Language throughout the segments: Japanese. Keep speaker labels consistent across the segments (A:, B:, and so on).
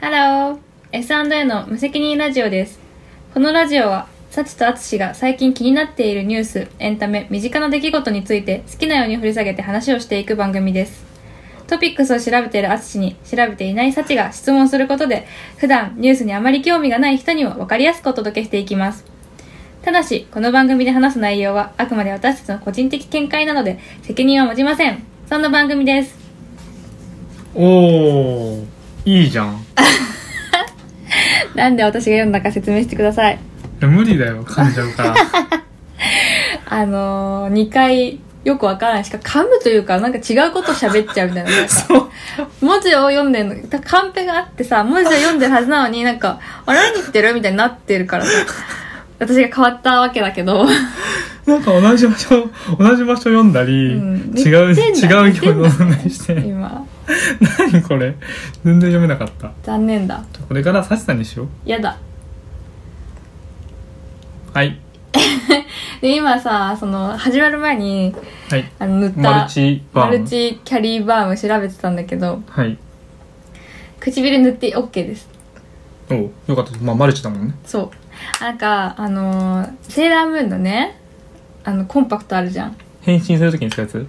A: ハロー S&A の無責任ラジオですこのラジオはサチとアツシが最近気になっているニュースエンタメ身近な出来事について好きなように掘り下げて話をしていく番組ですトピックスを調べているアツシに調べていないサチが質問することで普段ニュースにあまり興味がない人にも分かりやすくお届けしていきますただしこの番組で話す内容はあくまで私たちの個人的見解なので責任は持ちませんそんな番組です
B: おおいいじゃん
A: なんで私が読んだか説明してください
B: いや無理だよ噛んじゃうから
A: あのー、2回よくわからないしか噛むというかなんか違うこと喋っちゃうみたいななんか
B: そう
A: 文字を読んでんのだカンペがあってさ文字を読んでるはずなのになんか「あれ何言ってる?」みたいになってるからさ私が変わったわけだけど
B: なんか同じ場所同じ場所読んだり、
A: うん
B: 違う違う
A: 似てんだ
B: 行動を読んだりして
A: 今
B: 何これ全然読めなかった
A: 残念だ
B: これからサチさんにしよう
A: やだ
B: はい
A: で今さその始まる前に
B: はい
A: あの塗った
B: マルチバ
A: マ
B: ー
A: ル
B: ム
A: チキャリーバーム調べてたんだけど
B: はい
A: 唇塗って OK です
B: おうよかったまあマルチだもんね
A: そうなんかあのーセーラームーンのねあのコンパクトあるじゃん
B: 変身するときに使うやつ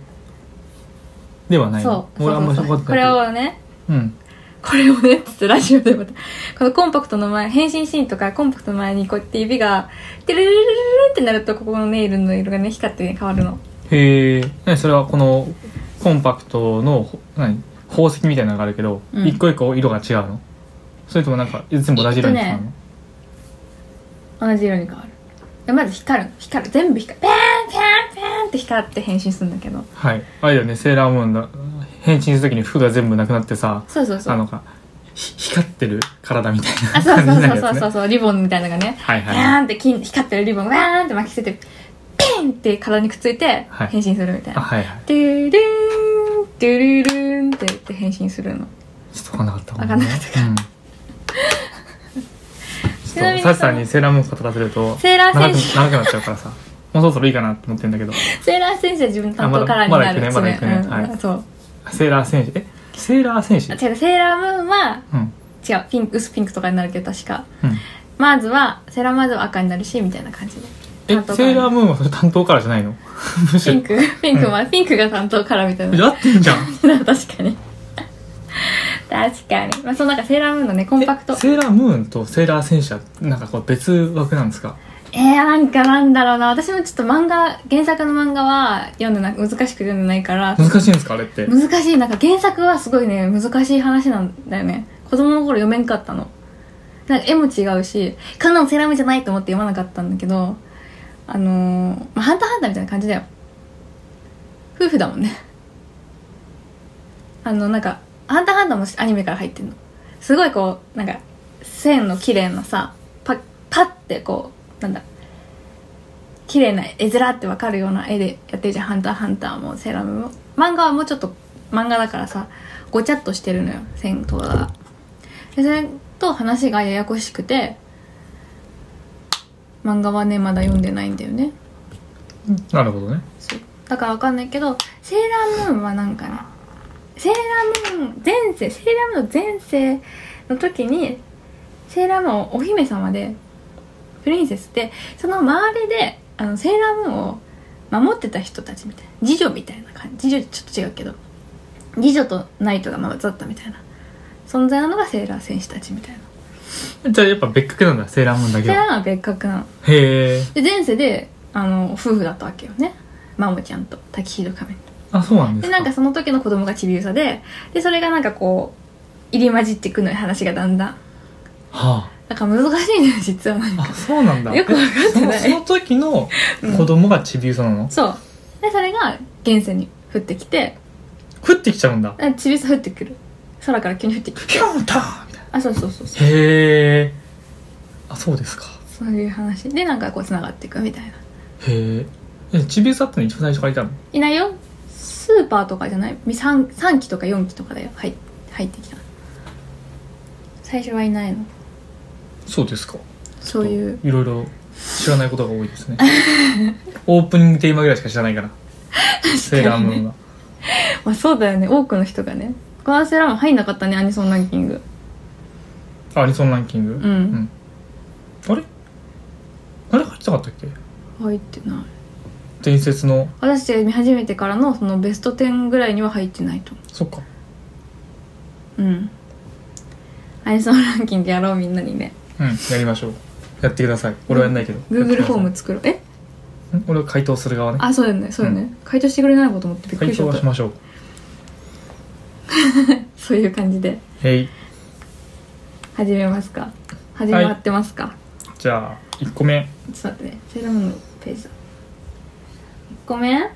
B: ではない
A: そ
B: の
A: う
B: 俺はもう
A: そうそうそう
B: こ
A: これをね
B: うん
A: これをね っつってラジオでまたこのコンパクトの前変身シーンとかコンパクトの前にこうやって指がテレレレレレってなるとここのネイルの色がね光ってね変わるの
B: へえ何それはこのコンパクトのほ何宝石みたいなのがあるけど、
A: うん
B: 一個一個色が違うのそれともなんか全部同じ色に使うの、
A: えっとね同じ色に変わるでまず光るの光る全部光るペーンペーンペーンって光って変身するんだけど
B: はいあれだよねセーラームーンだ変身するときに服が全部なくなってさ
A: そうそうそう
B: あのかひ光ってる体みたい
A: あ
B: な
A: そう
B: 感じ
A: そう
B: にな
A: そう
B: る
A: そう
B: やつ
A: そ
B: ね
A: うそうリボンみたいなのがね
B: はい
A: バー
B: はい
A: ンって金光ってるリボンがバーンって巻きついてピンって体にくっついて
B: はい
A: 変身するみたい
B: あ
A: な、
B: はいはい
A: ドゥルーンドゥルルーンって言って変身するの
B: ちょっと分かんなかったもん
A: わかんなかったか
B: うん
A: ちなみに
B: サチさんにセーラームーン語らせると
A: セーラー
B: 長
A: 戦
B: く
A: 士
B: 長くなっちゃうからさもうそろそろいいかなと思ってんだけど
A: セーラー戦士は自分の担当カラーに
B: あま
A: な
B: だ
A: る
B: まだ行くね
A: 爪
B: まだ行くね
A: うん
B: は
A: そう
B: セーラー戦士えセーラー戦士
A: あ違うセーラームーンは
B: うん
A: 違うピンク薄ピンクとかになるけど確か
B: うん
A: マーズはセーラーマーズは赤になるしみたいな感じで
B: え
A: 担当カ
B: セーラー
A: ラー
B: ムーンはそれ担当カラーじゃないのむし
A: ピ
B: ろ
A: ンクピンクは、ピンクが担当カラーみたいな
B: やってんじゃん
A: 確かに確かにまあそうなんかセーラームーンのねコンパクト
B: えセーラームーンとセーラー戦士はなんかこう別枠なんですか
A: えー、なんかなんだろうな私もちょっと漫画原作の漫画は読んでな難しく読んでない から
B: 難しいんですかあれって
A: 難しいなんか原作はすごいね難しい話なんだよね子供の頃読めんかったのなんか絵も違うしカノンセラムじゃないと思って読まなかったんだけどあのーまあ、ハンターハンターみたいな感じだよ夫婦だもんねあのなんかハンターハンターもアニメから入ってんのすごいこうなんか線の綺麗なさパッパッてこうなんだ綺麗な絵面ってわかるような絵でやってるじゃん「ハンターハンター」も「セーラームーン」も漫画はもうちょっと漫画だからさごちゃっとしてるのよ線とかがでそれと話がややこしくて漫画はねまだ読んでないんだよね
B: なるほどね
A: そうだからわかんないけどセーラームーンはなんかねセーラームーン前世セーラームーンの前世の時にセーラームーンはお姫様でプリンセスでその周りであのセーラームーンを守ってた人たちみたいな次女みたいな感じ次女ちょっと違うけど次女とナイトが混ざったみたいな存在なのがセーラー戦士たちみたいな
B: じゃあやっぱ別格なんだセーラームーンだけ
A: セーラー
B: は
A: ムーンは別格なの
B: へ
A: で
B: え
A: 前世であの夫婦だったわけよねマモちゃんとタキヒード仮面
B: あそう なんで
A: ですな
B: か
A: んかその時の子供がちびうさででそれがなんかこう入り混じってくのよ話がだんだん
B: は
A: なんか難しいのよ実はなん
B: あ
A: か
B: あそうなんだ
A: よくわかってない
B: えそのその時の子供がちびうさなの、
A: そうでそれが現世に降ってきて
B: 降ってきちゃうんだ
A: あちびうさ降ってくる空から急に降ってきて
B: ピョンターンみたい
A: あそうそうそうそう
B: なへえあそうですか
A: そういう話でなんかこうつながっていくみたいな
B: へええちびうさっての一番最初からいたの
A: いないよスーパーとかじゃない 3, 3期とか4期とかだよ入入ってきた最初はいないの
B: そうですか
A: そう いう
B: いろいろ知らないことが多いですねオープニングテーマぐらいしか知らないからセー ラームーンは
A: まあそうだよね多くの人がねこのセーラームーン入んなかったねアニソンランキング
B: あアニソンランキング、
A: ん
B: あれあれ入ってなかったっけ
A: 入ってない
B: 伝説の
A: 私たちが見始めてからのそのベスト10ぐらいには入ってないと思
B: そっか
A: ううんアニソンランキングやろうみんなにね
B: うんやりましょうやってください俺はやんないけど、
A: Google フォーム作ろうえ
B: ん俺は回答する側ね
A: あそうだよねそうだよね、回答してくれないのかと思ってびっくり
B: 回
A: しち
B: 答
A: ゃっ
B: は
A: た
B: しましょう
A: そういう感じで
B: へい
A: 始めますか始まってますか、
B: じゃあ1個目
A: ちょっと待ってねセーラームーンのページだごめん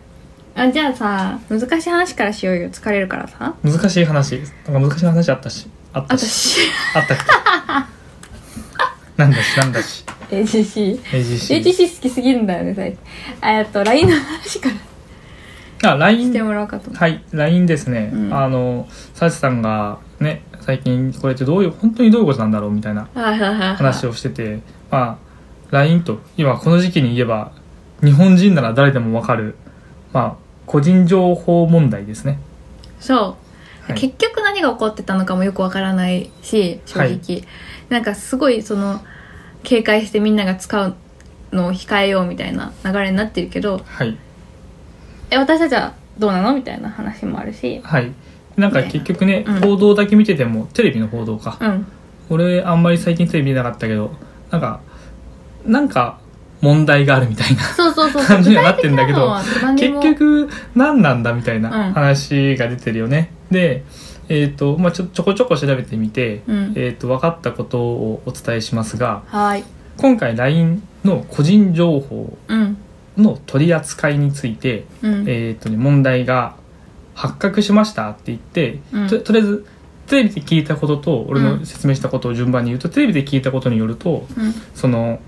A: あじゃあさ難しい話からしようよ疲れるからさ
B: 難しい話なんか難しい話あったしあったし
A: 私
B: あったっけ なんだしなんだし
A: AGC
B: AGC
A: AGC 好きすぎるんだよね最近えっと LINE の話から
B: あ
A: して
B: LINE
A: もらおうかと思
B: はい LINE ですね、
A: うん
B: あのサチさんがね最近これってどういう本当にどういうことなんだろうみたいな
A: うはいはいはい
B: 話
A: を
B: をしててまあ LINE と今この時期に言えば日本人なら誰でもわかるまあ個人情報問題ですね
A: そう、
B: はい
A: 結局何が起こってたのかもよくわからないし正直、なんかすごいその警戒してみんなが使うのを控えようみたいな流れになってるけど
B: はい
A: え私たちはどうなのみたいな話もあるし
B: はいなんか結局ね、
A: うん
B: 報道だけ見ててもテレビの報道か、
A: うん
B: 俺あんまり最近テレビ見なかったけどなんかなんか問題があるみたいな
A: そうそうそうそう
B: 感じにはなってんだけど
A: 具体的なのは何で
B: 結
A: も
B: 局何なんだみたい
A: うん
B: な話が出てるよね、でえっ、とまあちょちょこちょこ調べてみて、
A: うん
B: えっ、と分かったことをお伝えしますが
A: はーい
B: 今回 LINE の個人情報
A: うん
B: の取り扱いについて、
A: うん
B: えっ、とね問題が発覚しましたって言って、
A: うん
B: ととりあえずテレビで聞いたことと俺
A: う
B: の
A: ん
B: 説明したことを順番に言うと、テレビで聞いたことによると
A: うん
B: その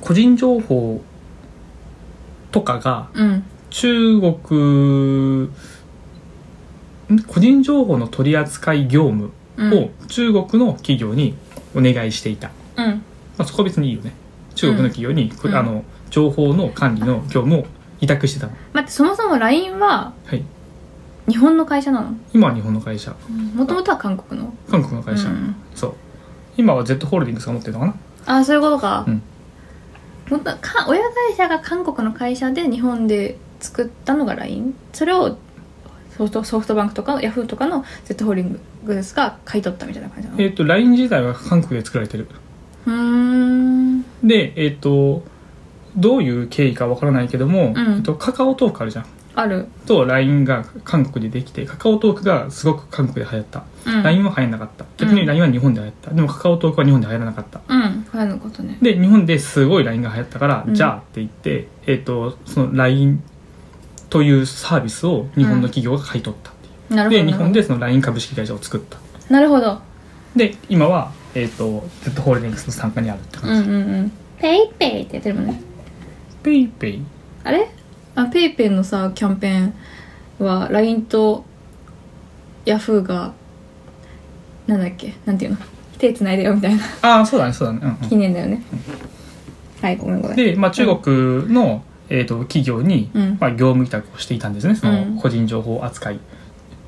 B: 個人情報とかが
A: うん
B: 中国ん個人情報の取り扱い業務
A: うん
B: を中国の企業にお願いしていた、
A: うん
B: まあ、そこは別にいいよね中国の企業に、こ
A: うん
B: あの情報の管理の業務を委託してたの、
A: 待ってそもそも LINE は
B: はい、
A: 日本の会社なの
B: 今は日本の会社
A: もともとは韓国の
B: 韓国の会社、
A: うん
B: そう今は Z ホールディングスが持ってるのかな
A: ああそういうことか,、
B: うん
A: もっとか親会社が韓国の会社で日本で作ったのが LINE それをソフトソフトバンクとかヤフーとかの Z ホールディングスが買い取ったみたいな感じなの
B: えっ、と LINE 自体は韓国で作られてる
A: うーん
B: でえっ、とどういう経緯かわからないけども、
A: うん
B: えっと、カカオトークあるじゃん
A: ある
B: と LINE が韓国でできてカカオトークがすごく韓国で流行った、
A: うん
B: LINE は流行らなかった逆に LINE は日本で流行った、でもカカオトークは日本で流行らなかった
A: うん親のことね
B: で日本ですごい LINE が流行ったから、
A: うん
B: じゃあって言って、えっとその LINE というサービスを日本の企業が買い取ったっていう、
A: なるほ
B: で
A: ど
B: 日本でその LINE 株式会社を作った
A: なるほど
B: で今は、えっと Z ホールディングスの傘下にあるって
A: う
B: 感
A: ん
B: じ、
A: うんうんペイペイってやってるもんね
B: ペイペイ
A: あれあペイペイのさキャンペーンは LINE と Yahoo がなんだっけなんていうの手つないでよみたいな
B: ああそうだねそうだね、うんうん
A: 記念だよね、はいごめんごめん
B: で、まあ、中国の、えー、と企業に、
A: うん
B: まあ、業務委託をしていたんですねそ
A: うん
B: の個人情報扱い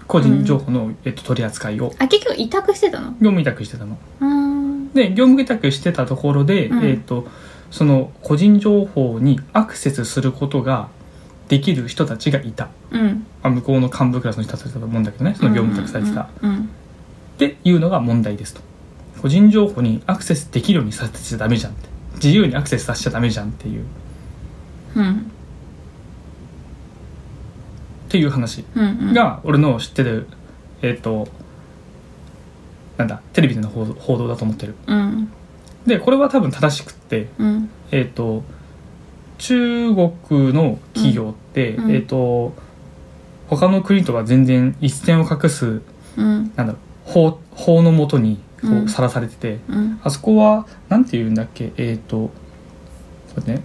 B: 個人情報の、えー、と取り扱いを
A: あ結局委託してたの
B: 業務委託してたの
A: うーん
B: で業務委託してたところで、
A: うん
B: えー、とその個人情報にアクセスすることができる人たちがいた、
A: うん
B: まあ、向こうの幹部クラスの人たちだと思うんだけどねその業務委託されてた、
A: うんうん
B: っていうのが問題ですと個人情報にアクセスできるようにさせちゃダメじゃんって自由にアクセスさせちゃダメじゃんっていうっ
A: うん
B: ていう話
A: うんうんうん
B: が俺の知ってるえっ、となんだテレビでの報報道だと思ってる
A: うん
B: でこれは多分正しくって
A: うん
B: えっ、と中国の企業って、
A: うんうん
B: えっ、と他の国とは全然一線を画す
A: うん
B: なんだろう法法のもとにこ
A: うん
B: うさらされてて、
A: うん
B: あそこはなんて言うんだっけえっ、とそうね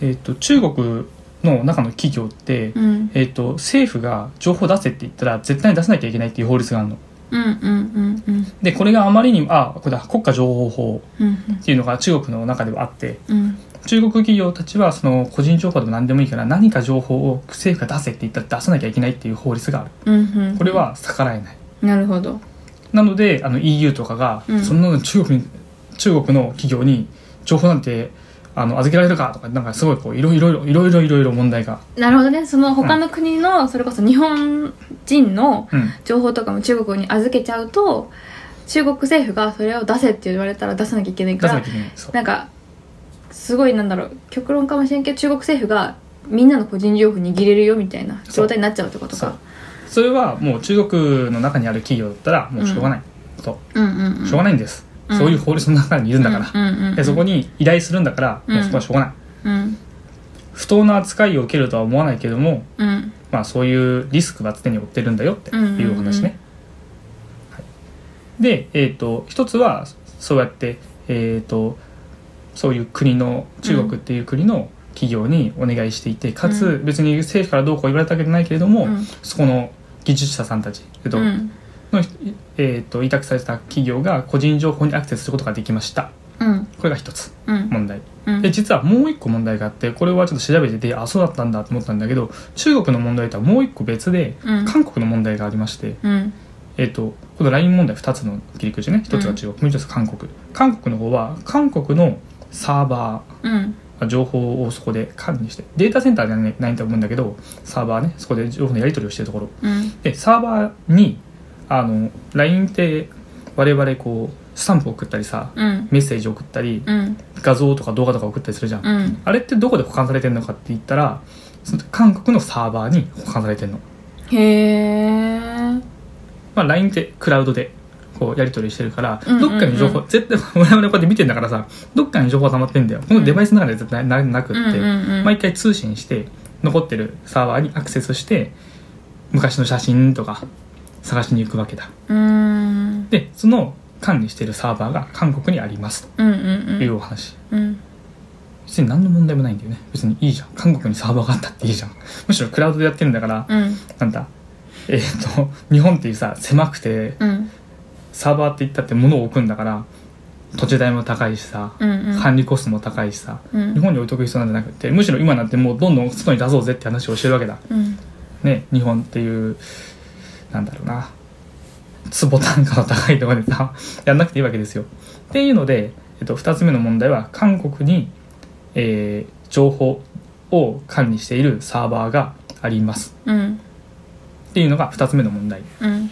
B: えっ、と中国の中の企業って、
A: うん
B: えっと政府が情報出せって言ったら絶対に出さなきゃいけないっていう法律があるの
A: うんうんうん
B: でこれがあまりにもあこれだ国家情報法
A: うん
B: っていうのが中国の中ではあって
A: うん
B: 中国企業たちはその個人情報でも何でもいいから何か情報を政府が出せって言ったら出さなきゃいけないっていう法律がある
A: うんうん
B: これは逆らえない
A: なるほど
B: なのであの EU とかが、
A: うん
B: そんなの中国に中国の企業に情報なんてあの預けられるかとかなんかすごいこういろいろいろいろいろいろ問題が、
A: なるほどねその他の国の、それこそ日本人の
B: うん、
A: 情報とかも中国に預けちゃうと中国政府がそれを出せって言われたら出さなきゃいけない
B: 出
A: か
B: さな
A: ら
B: きゃいけないそう
A: なんかすごいなんだろう極論かもしれんけど中国政府がみんなの個人情報握れるよみたいな状態になっちゃうってこと
B: そう
A: か
B: それはもう中国の中にある企業だったらもうしょうがない、そ
A: うんうんうん
B: うしょうがないんです、
A: うん
B: そういう法律の中にいるんだから、
A: うんうんうん
B: でそこに依頼するんだから、もうそこはしょうがない
A: うん
B: 不当な扱いを受けるとは思わないけども、
A: うん
B: まあ、そういうリスクが常に負ってるんだよっていうお話ね。はい、で、えー、と一つはそうやって、えー、とそういう国の中国っていう国の企業にお願いしていてか
A: う
B: つ別に政府からどうこう言われたわけじゃないけれども、
A: うん
B: そこの技術者さんたち、えーと
A: うん
B: の、えー、と委託された企業が個人情報にアクセスすることができました
A: うん
B: これが一つ
A: うん
B: 問題。
A: うん
B: で実はもう一個問題があってこれはちょっと調べててあそうだったんだと思ったんだけど中国の問題とはもう一個別で
A: うん
B: 韓国の問題がありまして、
A: うん
B: えっとこの LINE 問題2つの切り口ね1つが中国、もう1つが韓国韓国の方は韓国のサーバ
A: うん
B: ー情報をそこで管理してデータセンターじゃないないと思うんだけどサーバーねそこで情報のやり取りをしてるところ
A: うん
B: でサーバーにあの LINE って我々こうスタンプ送ったりさ
A: うん
B: メッセージ送ったり
A: うん
B: 画像とか動画とか送ったりするじゃん
A: うん
B: あれってどこで保管されてるのかって言ったらその韓国のサーバーに保管されてるの、
A: へえ
B: まあ、LINE ってクラウドでこうやり取りしてるから、
A: うんうんうん
B: どっかに情報絶対 我々こうやって見てんだからさどっかに情報が溜まってんだよこのデバイスの中では絶対ななく
A: う
B: っ
A: んうん
B: て、
A: うん
B: 毎回通信して残ってるサーバーにアクセスして昔の写真とか探しに行くわけだ
A: うん
B: でその管理してるサーバーが韓国にあります
A: うんうん
B: といううんお話、
A: うん
B: 別に何の問題もないんだよね別にいいじゃん韓国にサーバーがあったっていいじゃんむしろクラウドでやってるんだから
A: うん
B: なんだえっ、と日本っていうさ狭くて
A: うん
B: サーバーって言ったって物を置くんだから土地代も高いしさ
A: うんうん
B: 管理コストも高いしさ
A: うん
B: 日本に置いとく必要なんじゃなくてむしろ今なんてもうどんどん外に出そうぜって話をしてるわけだ
A: うん
B: ね日本っていうなんだろうな坪単価の高いところでさやんなくていいわけですよっていうので、えっと、2つ目の問題は韓国に、えー情報を管理しているサーバーがあります
A: うん
B: っていうのが2つ目の問題
A: うん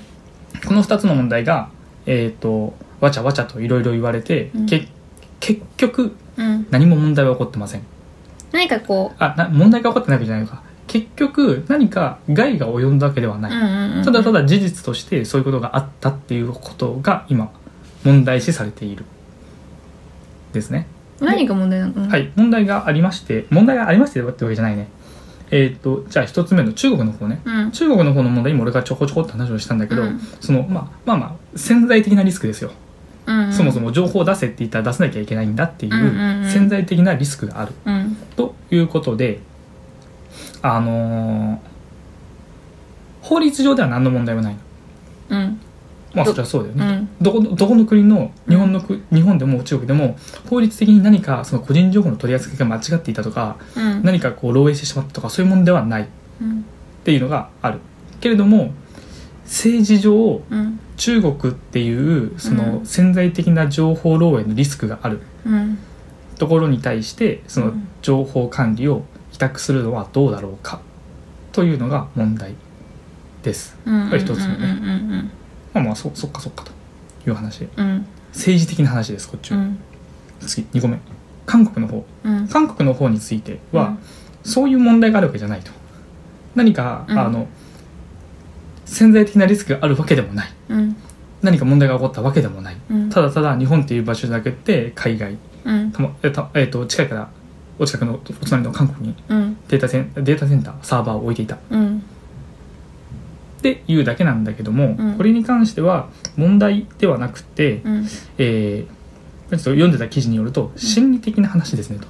B: この2つの問題が、えー、とわちゃわちゃといろいろ言われて、
A: うん
B: け結局
A: うん
B: 何も問題は起こってません
A: 何かこ
B: あな問題が起こってないわけじゃないのか結局何か害が及んだわけでは
A: う
B: ない、
A: うんうんうん
B: ただただ事実としてそういうことがあったっていうことが今問題視されているですね
A: 何が問題なの
B: はいい問題がありまして問題がありましてってわけじゃないねえっ、とじゃあ1つ目の中国の方ね
A: うん
B: 中国の方の問題にも俺がちょこちょこって話をしたんだけど、
A: うん
B: そのまあまあまあ潜在的なリスクですよ
A: うんうん
B: そもそも情報を出せって言ったら出さなきゃいけないんだってい
A: うんうんうん
B: う潜在的なリスクがある
A: うん
B: ということで、あのー法律上では何の問題もないの。
A: うん
B: まあ
A: ど
B: そりゃそうだよ
A: う
B: ね。
A: ん
B: どこのどこの国の日本のく日本でも中国でも法律的に何かその個人情報の取り扱いが間違っていたとか
A: うん
B: 何かこう漏洩してしまったとかそういう問題はないっ
A: うん
B: ていうのがあるけれども政治上
A: うん
B: 中国っていうそうの
A: ん
B: 潜在的な情報漏洩のリスクがある
A: うん
B: ところに対してそうの
A: ん
B: 情報管理を委託するのはどうだろうかというのが問題です。
A: うん
B: これ一つ目ね
A: うん
B: まあまあそそっかそっかという話
A: うんうん
B: 政治的な話ですこっち
A: う
B: は。
A: ん
B: 次2個目韓国の方
A: うん
B: 韓国の方については、そういう問題があるわけじゃないと何か、
A: うん
B: あの潜在的なリスクがあるわけでもない
A: うん
B: 何か問題が起こったわけでもない
A: うん
B: ただただ日本っていう場所じゃなくて海外
A: うん
B: たまえたえーと近いからお近くのお隣の韓国に
A: うん
B: データセンデータセンターサーバーを置いていたっ
A: うん
B: ていうだけなんだけども、
A: うん
B: これに関しては問題ではなくて、
A: うん
B: えーちょっと読んでた記事によると心理的な話ですねと、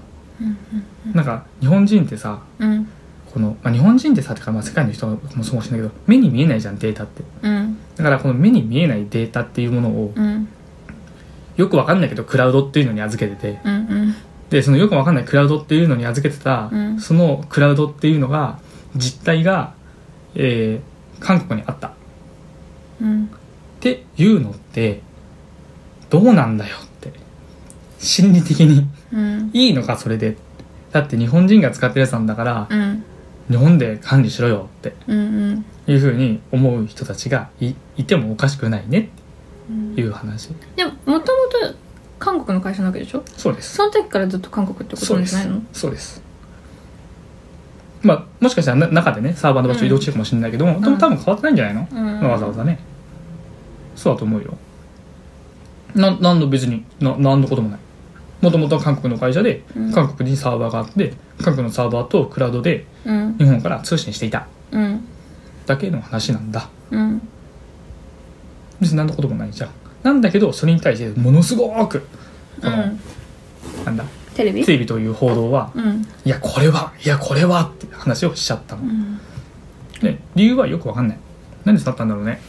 B: なんか日本人ってさ
A: うん
B: この、まあ、日本人ってさてかまあ世界の人もそうかもしれないけど目に見えないじゃんデータって
A: うん
B: だからこの目に見えないデータっていうものを
A: うん
B: よくわかんないけどクラウドっていうのに預けてて
A: うんうん
B: でそのよくわかんないクラウドっていうのに預けてた、
A: うん
B: そのクラウドっていうのが実態が、えー韓国にあった
A: うん
B: っていうのってどうなんだよって心理的に
A: うん
B: いいのかそれでだって日本人が使ってるやつなんだから
A: うん
B: 日本で管理しろよって
A: うんうん
B: いうふうに思う人たちがいいてもおかしくないね
A: うん
B: っていう話
A: でももともと韓国の会社なわけでしょ
B: そうです
A: その時からずっと韓国ってことなんじゃないの
B: そうですまあもしかしたらな中でねサーバーの場所移動してるかもしれないけども、でも多分変わってないんじゃないの、
A: うん
B: わざわざねそうだと思うよな何の別にな何のこともないもともとは韓国の会社で、
A: うん
B: 韓国にサーバーがあって韓国のサーバーとクラウドで
A: うん
B: 日本から通信していた
A: うん
B: だけの話なんだ
A: うん
B: 別に何のこともないじゃんなんだけどそれに対してものすごくこ
A: う
B: の、
A: ん
B: なんだ
A: テレビ
B: テレビという報道は、
A: うん
B: いやこれはいやこれはって話をしちゃったの
A: うん
B: ね、理由はよくわかんない何で去ったんだろうね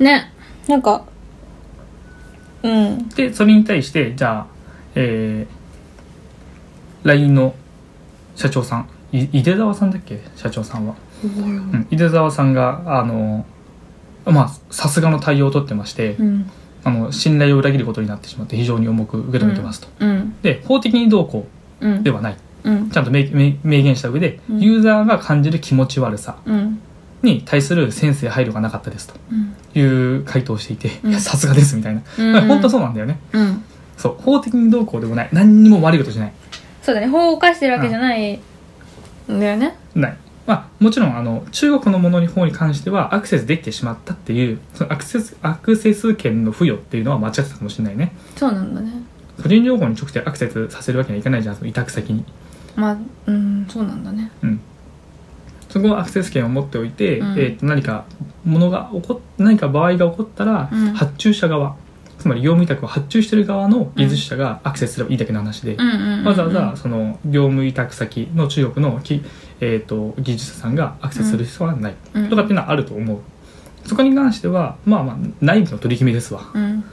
A: ねなんかうん
B: でそれに対してじゃあえー、LINE の社長さんい井出沢さんだっけ社長さんは、うん、井出沢さんがあのまあさすがの対応を取ってまして、
A: うん
B: あの信頼を裏切ることになってしまって非常に重く受け止めてますと、
A: うん
B: で法的にどうこ
A: うん
B: うではない
A: うん
B: ちゃんと明明明言した上で、
A: うん
B: ユーザーが感じる気持ち悪さ
A: うん
B: に対するセンスや配慮がなかったですと
A: うん
B: いう回答をしていて、
A: うん
B: いやさすがですみたいな、
A: うん
B: まあ本当そうなんだよね
A: うん
B: そう法的にどうこうでもない何にも悪いことしない
A: そうだね法を犯してるわけじゃないんだよね
B: ないまあもちろんあの中国のものに方に関してはアクセスできてしまったっていうそのアクセスアクセス権の付与っていうのは間違ってたかもしれないね
A: そうなんだね
B: 個人情報に直接アクセスさせるわけにはいかないじゃんその委託先に
A: まあうんそうなんだね
B: うんそこはアクセス権を持っておいて、
A: うん
B: えーと何かものが起こ何か場合が起こったら、
A: うん
B: 発注者側つまり業務委託を発注してる側の技術者がアクセスすればいいだけの話で、
A: うんうんうんうん
B: わざわざその業務委託先の中国のき、えー、と技術者さんがアクセスする必要はない
A: うん
B: とかっていうのはあると思うそこに関してはまあまあ内部の取り決めですわ、
A: うん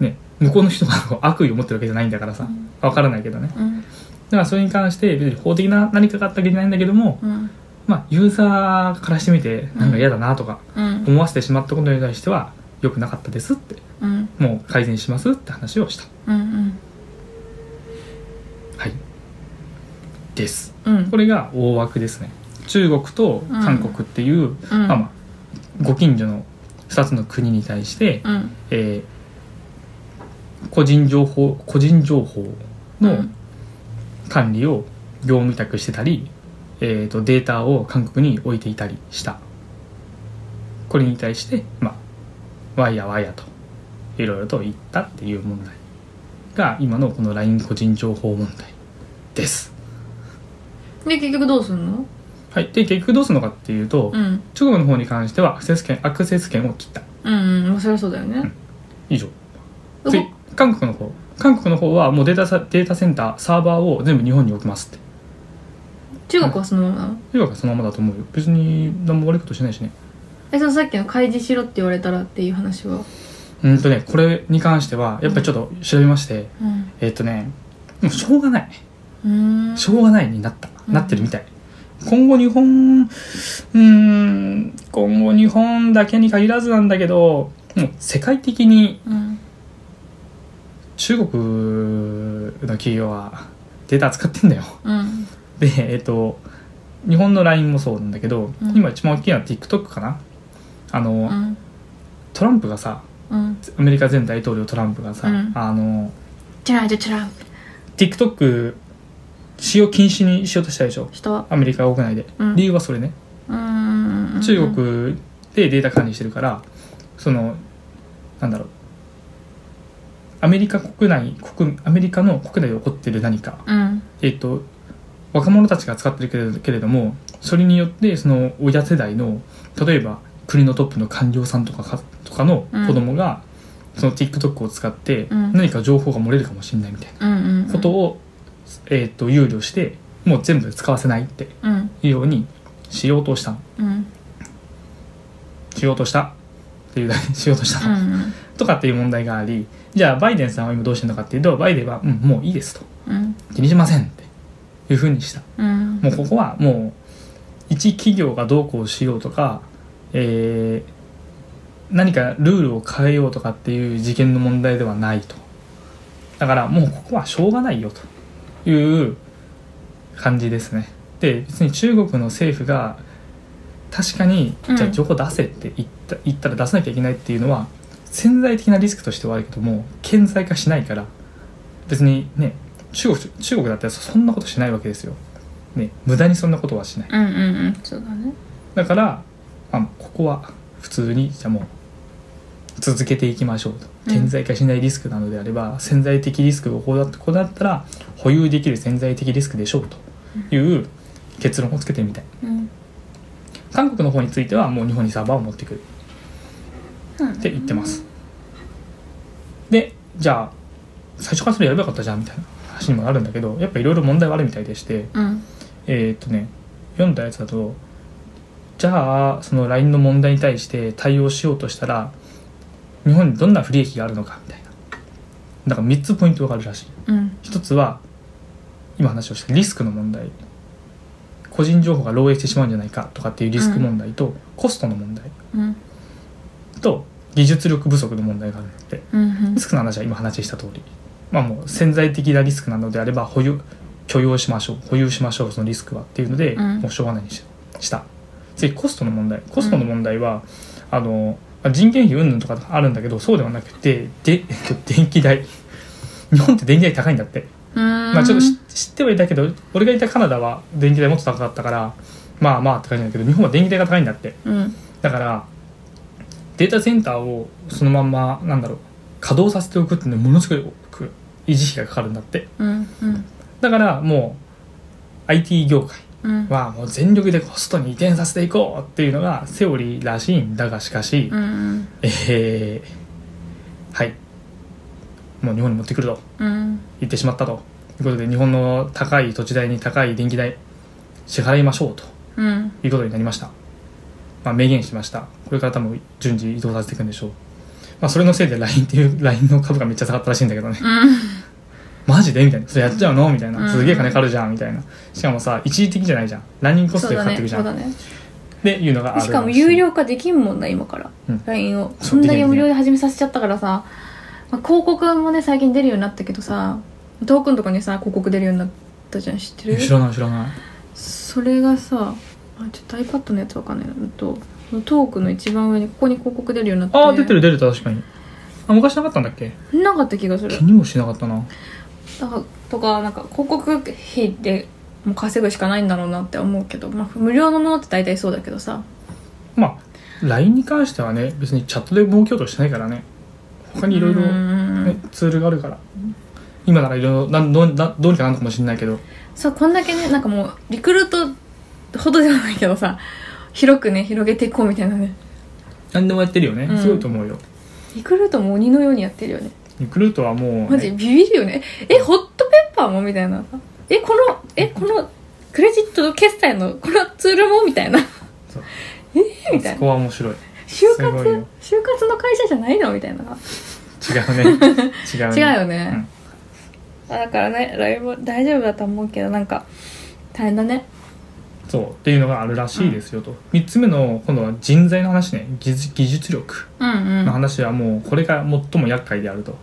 B: ね、向こうの人がこう 悪意を持ってるわけじゃないんだからさ
A: うん
B: わからないけどねだ
A: うん
B: からそれに関して別に法的な何かがあったわけじゃないんだけども
A: うん
B: まあユーザーからしてみてなんか嫌だなとか
A: うん
B: 思わせてしまったことに対しては良くなかったですって
A: うん
B: もう改善しますって話をした
A: うん
B: はいです
A: うん
B: これが大枠ですね中国と韓国っていう、
A: うん
B: まあまあご近所の2つの国に対して、
A: うん
B: えー個人情報個人情報
A: う
B: の
A: ん
B: 管理を業務委託してたり、えー、とデータを韓国に置いていたりしたこれに対してまあわいやわいやといろいろと言ったっていう問題が今のこの LINE 個人情報問題です
A: で結局どうすんの
B: はい、で結局どうするのかっていうと、
A: うん
B: 中国の方に関してはアクセス権アクセス権を切った
A: うんうんまあそりゃそうだよね
B: 以上
A: 動
B: 次韓国の方韓国の方はもうデータサデータセンターサーバーを全部日本に置きますって
A: 中国はそのままなの
B: 中国はそのままだと思うよ別に何も悪いことしないしね
A: えそのさっきの開示しろって言われたらっていう話は
B: うんとねこれに関してはやっぱりちょっと調べまして
A: うん
B: えっ、とねもうしょうがないう
A: ーん
B: しょうがないになった、
A: うん
B: なってるみたい今後日本うーん今後日本だけに限らずなんだけどもう世界的に
A: うん
B: 中国の企業はデータ使ってんだよ
A: うん
B: でえっと日本の LINE もそうなんだけど、
A: うん
B: 今一番大きいのは TikTok かなあの、
A: うん
B: トランプがさ
A: うん
B: アメリカ前大統領トランプがさ、
A: うん
B: あの
A: チャラチャラン
B: TikTok 使用禁止にしようとしたでしょ
A: 人は
B: アメリカ国内で、
A: うん
B: 理由はそれね
A: うん
B: 中国でデータ管理してるからそのなんだろうアメリカ国内国アメリカの国内で起こってる何か
A: うん
B: えっと、若者たちが使ってるけれどけれどもそれによってその親世代の例えば国のトップの官僚さんとかかとかの子供が、その TikTok を使って
A: うん
B: 何か情報が漏れるかもしれないみたい
A: うんうん
B: なことを、えっと憂慮してもう全部使わせないって
A: うん
B: いうようにしようとしたの
A: うん
B: しようとしたっていうだけしようとした
A: う
B: の、
A: ん
B: とかっていう問題がありじゃあバイデンさんは今どうしてるのかっていうとバイデンは、うん、もういいですと
A: うん
B: 気にしませんっていうふうにした
A: うん
B: もうここはもう一企業がどうこうしようとか、えー何かルールを変えようとかっていう事件の問題ではないとだからもうここはしょうがないよという感じですねで別に中国の政府が確かに
A: うん
B: じゃあ情報出せって言った,、言ったら出さなきゃいけないっていうのは潜在的なリスクとしてはあるけども顕在化しないから別にね中国中国だってそんなことしないわけですよ、ね、無駄にそんなことはしない
A: うんうんうんそうだね
B: だから、あ、ここは普通にじゃあもう続けていきましょうと
A: うん
B: 顕在化しないリスクなのであれば、潜在的リスクをこうだっこうだったら保有できる潜在的リスクでしょうという結論をつけてみたい
A: うん
B: 韓国の方についてはもう日本にサーバーを持ってくる
A: そうなん
B: っ
A: だ
B: て言ってますでじゃあ最初からそれやればよかったじゃんみたいな話にもなるんだけどやっぱいろいろ問題はあるみたいでして
A: うん
B: えーっとね読んだやつだとじゃあその LINE の問題に対して対応しようとしたら日本にどんな不利益があるのかみたいなだから3つポイントがあるらしい
A: うん
B: 1つは今話をしたリスクの問題個人情報が漏洩してしまうんじゃないかとかっていうリスク問題と、コストの問題
A: うん
B: と技術力不足の問題があるんだって
A: うんうん
B: リスクの話は今話した通りまあもう潜在的なリスクなのであれば保有許容しましょう保有しましょうそのリスクはっていうので、
A: うん
B: もうしょうがないにしした次コストの問題コストの問題は、あのまあ人件費云々とかあるんだけどそうではなくてで、えっと、電気代日本って電気代高いんだって、
A: ま
B: まあちょっと知知ってはいたけど俺がいたカナダは電気代もっと高かったからまあまあって感じなんだけど日本は電気代が高いんだって
A: うん
B: だからデータセンターをそのまんまなんだろう稼働させておくっていうのはものすごく維持費がかかるんだって
A: うんうん
B: だからもう IT 業界
A: うん
B: はもう全力でコストに移転させていこうっていうのがセオリーらしいんだがしかし、
A: うんうん
B: えーはいもう日本に持ってくると
A: うん
B: 言ってしまったということで日本の高い土地代に高い電気代支払いましょうと
A: うん
B: ということになりました、まあ、明言しましたこれから多分順次移動させていくんでしょう、まあ、それのせいで LINE っていう LINE の株がめっちゃ下がったらしいんだけどねマジでみたいなそれやっちゃうのみたいなすげえ金かかるじゃんみたいなしかもさ一時的じゃないじゃんランニングコスト
A: そうだ
B: でか
A: ね
B: かってくじゃ、
A: そうんだね
B: っていうのがあるら
A: しかも有料化できんもんな今から
B: うん
A: LINE を
B: そう
A: そんだ
B: でき
A: け
B: るね
A: 無料で始めさせちゃったからさまあ広告もね最近出るようになったけどさトークンとかにさ広告出るようになったじゃん知って
B: いや
A: る
B: 知らない知らない
A: それがさあちょっと iPad のやつわかんないなうんとトークの一番上にここに広告出るようになって
B: ああ出てる出てる確かにあ昔なかったんだっけ
A: なかった気がする
B: 気にもしなかったな
A: だからとかなんか広告費でもう稼ぐしかないんだろうなって思うけど、まあ、無料のものって大体そうだけどさ
B: まあ LINE に関してはね別にチャットで儲けようとしてないからね他にいろいろ
A: うーん
B: ねツールがあるから今ならいろいろなんどうなどうにかなるのかもしれないけど
A: そうこんだけねなんかもうリクルートほどではないけどさ広くね広げていこうみたいなね
B: 何でもやってるよね、
A: うん
B: すごいと思うよ
A: リクルートも鬼のようにやってるよね
B: リクルートはもうね、
A: マジビビるよねえホットペッパーもみたいなさえこのえこのクレジット決済のこのツールもみたいな
B: そう
A: えーみたいな
B: そこは面白い違
A: 就
B: す
A: 活
B: ごいよ
A: 就活の会社じゃないのみたいな
B: うね違うね
A: 違うよね、だからねライブ大丈夫だと思うけどなんか大変だね
B: うんそうっていうのがあるらしいですよと、3つ目の今度は人材の話ね技術技術力
A: うんうん
B: の話はもうこれが最も厄介であると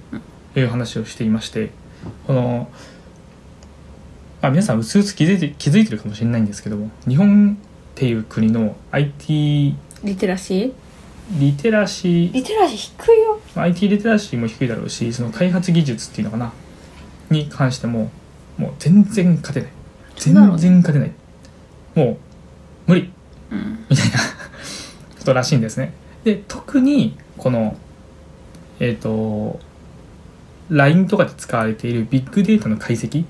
B: いう話をしていましてこの、まあ、皆さんうすうす気づいて気づいてるかもしれないんですけども日本っていう国の IT
A: リテラシー
B: リテラシー
A: リテラシー低いよ
B: まあ IT リテラシーも低いだろうしその開発技術っていうのかなに関してももう全然勝てない
A: そう
B: 全
A: だろうね
B: 然勝てないもう無理
A: うん
B: みたいなことらしいんですねで特にこのえっ、と LINE とかで使われているビッグデータの解析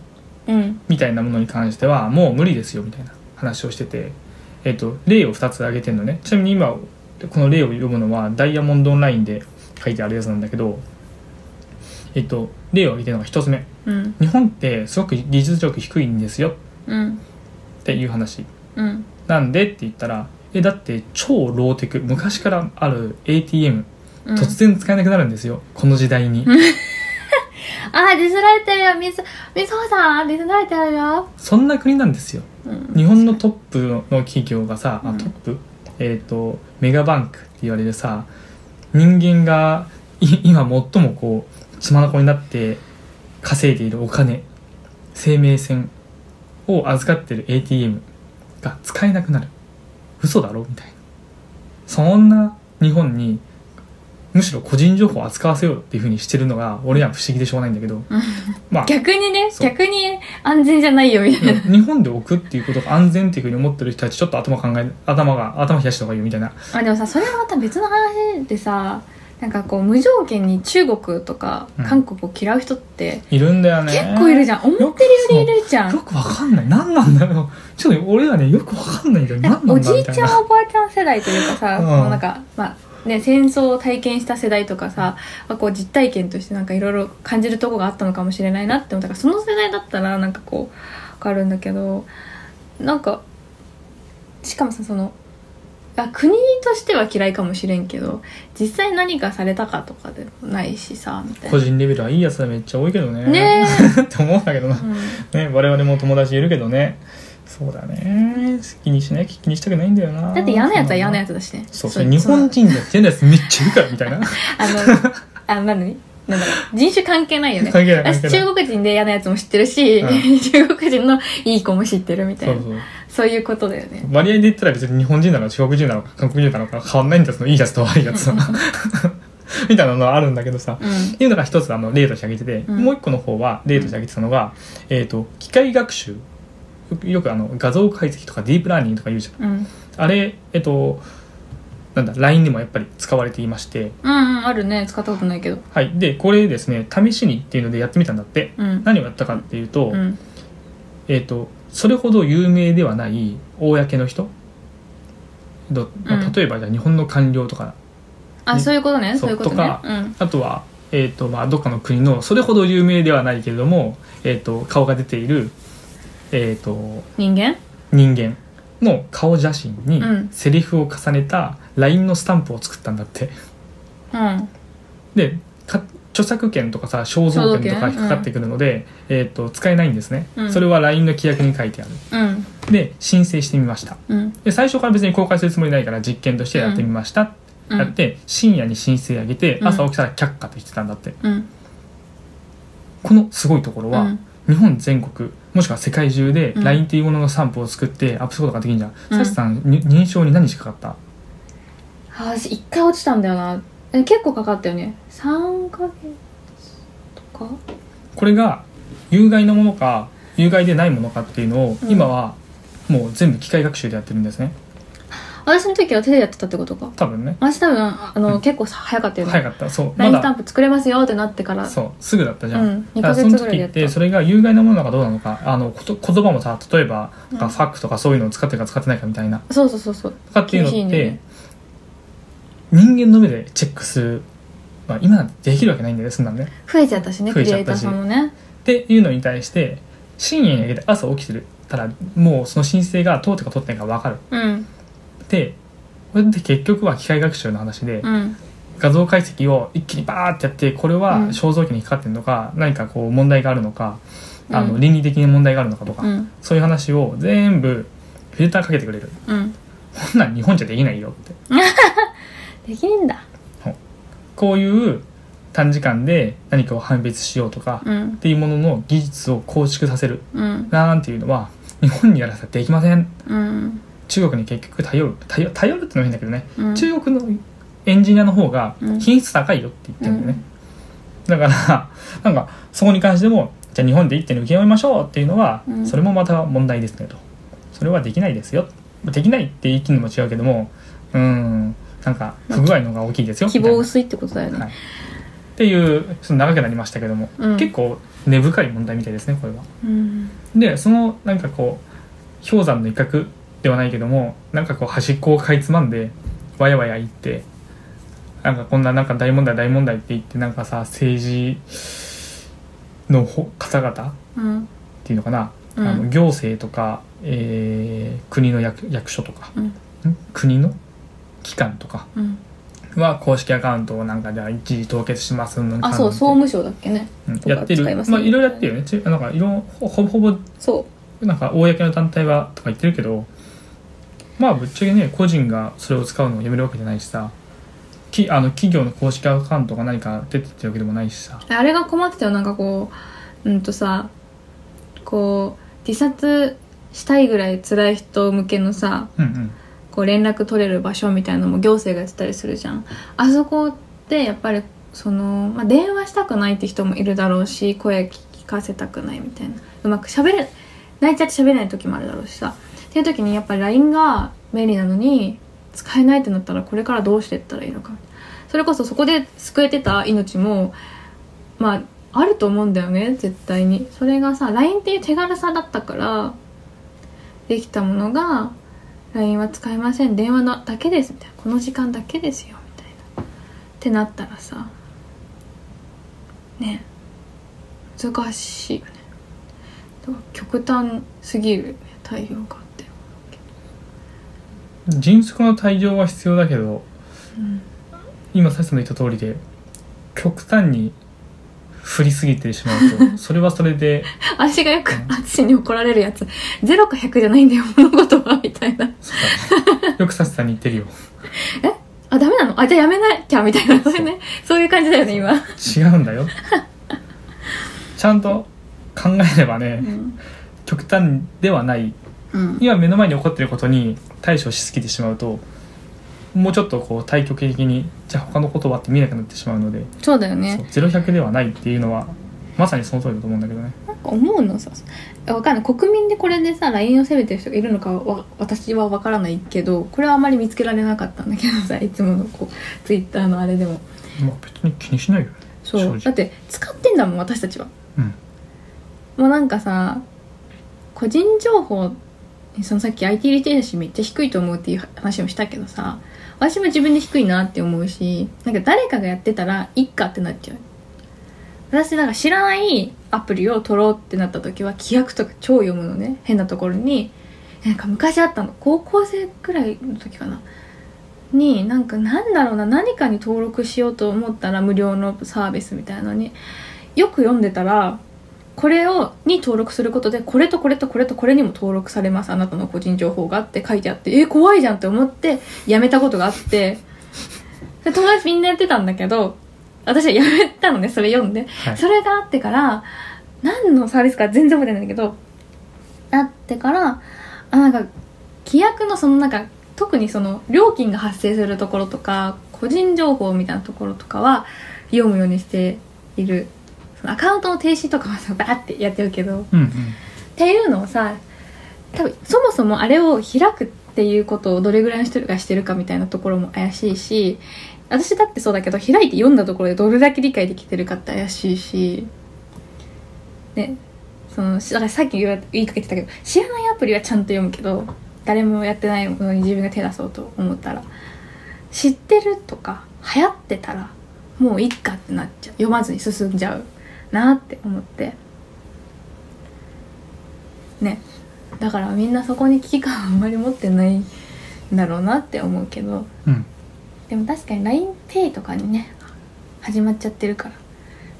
A: うん
B: みたいなものに関してはもう無理ですよみたいな話をしてて、えっと例を2つ挙げてるのねちなみに今この例を読むのはダイヤモンドオンラインで書いてあるやつなんだけど、えっと例を挙げてるのが1つ目
A: うん
B: 日本ってすごく技術力低いんですよ
A: うん
B: っていう話
A: うん
B: なんでって言ったらえだって超ローテク昔からある ATM
A: うん
B: 突然使えなくなるんですよ、この時代に、
A: あーディスられてるよみずみずほさんディスられてるよ、
B: そんな国なんですよ
A: うん、
B: 日本のトップの企業がさ、あ
A: うん
B: トップえっ、とメガバンクって言われるさ人間がい 今最もこう血眼になって稼いでいるお金生命線を預かってる ATM が使えなくなる嘘だろみたいなそんな日本にむしろ個人情報を扱わせようっていうふうにしてるのが俺には不思議でしょうがないんだけ どまあ
A: 逆にね
B: そう
A: 逆に安全じゃないよみたいな
B: 日本で置くっていうことが安全っていうふうに思ってる人たちちょっと頭考え頭が頭冷やした方がいいよみたいな
A: あでもさそれはまた別の話でさなんかこう無条件に中国とか
B: うん
A: 韓国を嫌う人って
B: いるんだよね
A: 結構いるじゃん、思ってるよりいるじゃん
B: よくわかんない何なんだろうちょっと俺らねよくわかんないんだよ
A: なん
B: 何
A: か
B: な
A: お
B: んだ
A: じ
B: み
A: い
B: たい
A: ちゃん
B: な
A: おばあちゃん世代というかさ、
B: うん
A: もうなんか、まあね、戦争を体験した世代とかさ、まあ、こう実体験としてなんかいろいろ感じるとこがあったのかもしれないなって思ったからその世代だったらなんかこうわかるんだけどなんかしかもさそのあ国としては嫌いかもしれんけど実際何かされたかとかでもないしさみたい
B: 個
A: な。
B: 人レベルはいいやつらめっちゃ多いけどね
A: ね
B: って思うんだけどな、
A: うん
B: ね我々も友達いるけどねそうだね好きにしない気にしたくないんだよな
A: だって嫌なやつは嫌なや
B: つ
A: つだしね。
B: そうそう日本人だって嫌なやつめっちゃいるからみた いな
A: あの、あ、なのになんだろう、人種関係ないよね。
B: 関係ない関
A: 私
B: 係ない
A: 中国人で嫌なやつも知ってるし、
B: う
A: 中国人のいい子も知ってるみたい
B: そ
A: な。
B: う
A: そう
B: そう
A: いうことだよね。
B: 割合で言ったら別に日本人なのか中国人なのか韓国人なのか変わんないんだよそのいいやつと悪いやつは みたいなのはあるんだけどさ、
A: うん。
B: っていうのが一つあの例として挙げてて、
A: うん
B: もう一個の方は例として挙げてたのが、えー、と機械学習よくあの画像解析とかディープラーニングとか言うじゃん
A: うん。うん
B: あれえっ、となんだ LINE でもやっぱり使われていまして
A: うん、あるね。使ったことないけど。
B: はいでこれですね試しにっていうのでやってみたんだって
A: うん。
B: 何をやったかっていうと,、
A: うん。
B: えー、とそれほど有名ではない公の人どまあ
A: うん
B: 例えばじゃあ日本の官僚とか
A: あ、そういうことね。
B: そう
A: そういうこと
B: と
A: ね
B: か。
A: うん。
B: あとは、えーとまあ、どっかの国のそれほど有名ではないけれども、えー、と顔が出ている、えー、と
A: 人間
B: 人間の顔写真に
A: うん
B: セリフを重ねた LINE のスタンプを作ったんだって
A: うん。
B: でか著作権とかさ肖像
A: 肖像
B: 権とか
A: 権
B: 引っかかってくるので、えー、と使えないんですね、
A: うん
B: それは LINE の規約に書いてある
A: うん。
B: で申請してみました
A: うん。
B: で最初から別に公開するつもりないから実験としてやってみました、
A: うん
B: やって深夜に申請あげて
A: うん
B: 朝起きたら却下と言ってたんだって
A: うん。
B: このすごいところは、
A: うん
B: 日本全国もしくは世界中で
A: うん
B: LINE っていうものの散歩を作ってアップすることができるんじゃん、
A: うん
B: サシさんに認証に何日かかった
A: あ、私一回落ちたんだよな。え結構かかったよね。3ヶ月とか
B: これが有害なものか有害でないものかっていうのを、
A: うん
B: 今はもう全部機械学習でやってるんですね
A: 私の時は手でやってたってことか。
B: 多分ね
A: 私多分、あの、
B: うん
A: 結構さ早かったよね。
B: 早かったそうま
A: LINE スタ
B: だ
A: ンプ作れますよってなってから
B: そうすぐだったじゃん、
A: うん2ヶ
B: だからそ
A: 月
B: の
A: ぐら
B: 時
A: いでや
B: っ
A: ってた
B: それが有害なものなのかどうなのかあのこと言葉もさ例えばなんか
A: うん
B: ファックとかそういうのを使ってるか使ってないかみたいな
A: そうそうそうそう
B: とかっていうのって、
A: 厳しいね
B: 人間の目でチェックする、まあ、今なんてできるわけないんだよねそんなんね
A: 増えちゃったしね
B: 増
A: ク
B: え
A: リ
B: ち
A: エ
B: ゃ
A: イ
B: っ
A: ター
B: たし
A: さんもね
B: っていうのに対して深夜にあげて朝起きてるたらもうその申請が通ってか通ってないか分かる
A: うん
B: でこれって結局は機械学習の話で、
A: うん
B: 画像解析を一気にバーってやってこれは
A: うん
B: 肖像権に引っかかってるのか、何かこう問題があるのかあの、
A: うん
B: 倫理的に問題があるのかとか、
A: うん
B: そういう話を全部フィルターかけてくれる
A: うん
B: こんなん日本じゃできないよって
A: できねえんだ
B: こういう短時間で何かを判別しようとか、
A: う
B: っ
A: ん
B: ていうものの技術を構築させる
A: うん
B: なんていうのは日本にやらせてできません
A: うん
B: 中国に結局頼る頼頼るってのも変だけどね、
A: うん
B: 中国のエンジニアの方が
A: うん
B: 品質高いよって言ってるんだよね、だから なんかそこに関してもじゃあ日本で一点に受け止めましょうっていうのは、
A: うん
B: それもまた問題ですねとそれはできないですよできないって言い切るのも違うけどもうーんなんか不具合の方が大きいですよ
A: 希
B: みたい
A: 望
B: な
A: 薄いってことだよ
B: はい、
A: ね
B: っていうその長くなりましたけども、
A: うん
B: 結構根深い問題みたいですねこれは。
A: うん
B: でそのなんかこう氷山の一角ではないけどもなんかこう端っこをかいつまんでわやわや言ってなんかこんななんか大問題大問題って言ってなんかさ政治のほ方々っ
A: うん
B: ていうのかな、
A: うん
B: あの行政とか、えー国の役役所とか、
A: うん
B: ん国の機関とか
A: うん
B: は公式アカウントをなんかじゃあ一時凍結しますのに
A: あそう総務省だっけね
B: うんやってる
A: 使い
B: ま
A: ますね
B: あいろいろやってるよねちなんかいろほほぼほぼ
A: そ
B: なんか公の団体はとか言ってるけどまあぶっちゃけね個人がそれを使うのをやめるわけじゃないしさきあの企業の公式アカウントが何か出てってるわけでもないしさ
A: あれが困ってたよなんかこううんとさこう自殺したいぐらい辛い人向けのさ
B: うんうん
A: こう連絡取れる場所みたいなのも行政がやってたりするじゃんあそこってやっぱりその、まあ、電話したくないって人もいるだろうし声聞かせたくないみたいなうまくしゃべれ泣いちゃって喋れない時もあるだろうしさっていう時にやっぱり LINE が便利なのに使えないってなったらこれからどうしていったらいいのかそれこそそこで救えてた命もまああると思うんだよね絶対にそれがさ LINE っていう手軽さだったからできたものが LINE は使えません電話のだけですみたいなこの時間だけですよみたいなってなったらさね難しいよねだから極端すぎるよね対応があって、
B: 迅速な対応は必要だけど
A: うん、
B: 今サチさんの言った通りで極端に振りすぎてしま うとそれはそれで
A: 私がよく
B: うん
A: 淳に怒られるやつ0か100じゃないんだよ物事はみたいな
B: そうだねよくサチさんに言ってるよ
A: あダメなのあじゃあやめなきゃみたいなそういうねそういう感じだよね今、
B: 違うん だよちゃんと考えれば
A: う
B: ね
A: ん
B: 極端ではない
A: うん、
B: 今目の前に起こっていることに対処しすぎてしまうともうちょっとこう対極的にじゃあ他のことはって見えなくなってしまうので
A: そうだよね
B: そう0100ではないっていうのはまさにその通りだと思うんだけどね
A: なんか思うのさわかんない国民でこれでさ LINE を責めてる人がいるのかは私はわからないけどこれはあまり見つけられなかったんだけどさいつものこうツイッターのあれでも
B: まあ別に気にしないよね
A: そ
B: 正
A: う
B: 直
A: だって使ってんだもん私たちは
B: うん
A: もうなんかさ個人情報そのさっき IT リテラシーめっちゃ低いと思うっていう話もしたけどさ私も自分で低いなって思うしなんか誰かがやってたらいっかってなっちゃう私なんか知らないアプリを取ろうってなった時は規約とか超読むのね変なところになんか昔あったの高校生くらいの時かなになんかなんだろうな何かに登録しようと思ったら無料のサービスみたいなのによく読んでたらこれをに登録することでこれとこれとこれとこれにも登録されますあなたの個人情報がって書いてあってえ怖いじゃんって思ってやめたことがあってで友達みんなやってたんだけど私はやめたのねそれ読んで
B: はい
A: それがあってから何のサービスか全然覚えてないんだけどあってからあなんか規約のそのなんか特にその料金が発生するところとか個人情報みたいなところとかは読むようにしているそのアカウントの停止とかはさバーってやってるけど
B: うんうん
A: っていうのをさ多分そもそもあれを開くっていうことをどれぐらいの人がしてるかみたいなところも怪しいし私だってそうだけど開いて読んだところでどれだけ理解できてるかって怪しいしねそのしだからさっき言わ言いかけてたけど知らないアプリはちゃんと読むけど誰もやってないものに自分が手出そうと思ったら知ってるとか流行ってたらもういっかってなっちゃう読まずに進んじゃうなって思ってねだからみんなそこに危機感はあんまり持ってないんだろうなって思うけど
B: うん
A: でも確かに LINEPay とかにね始まっちゃってるから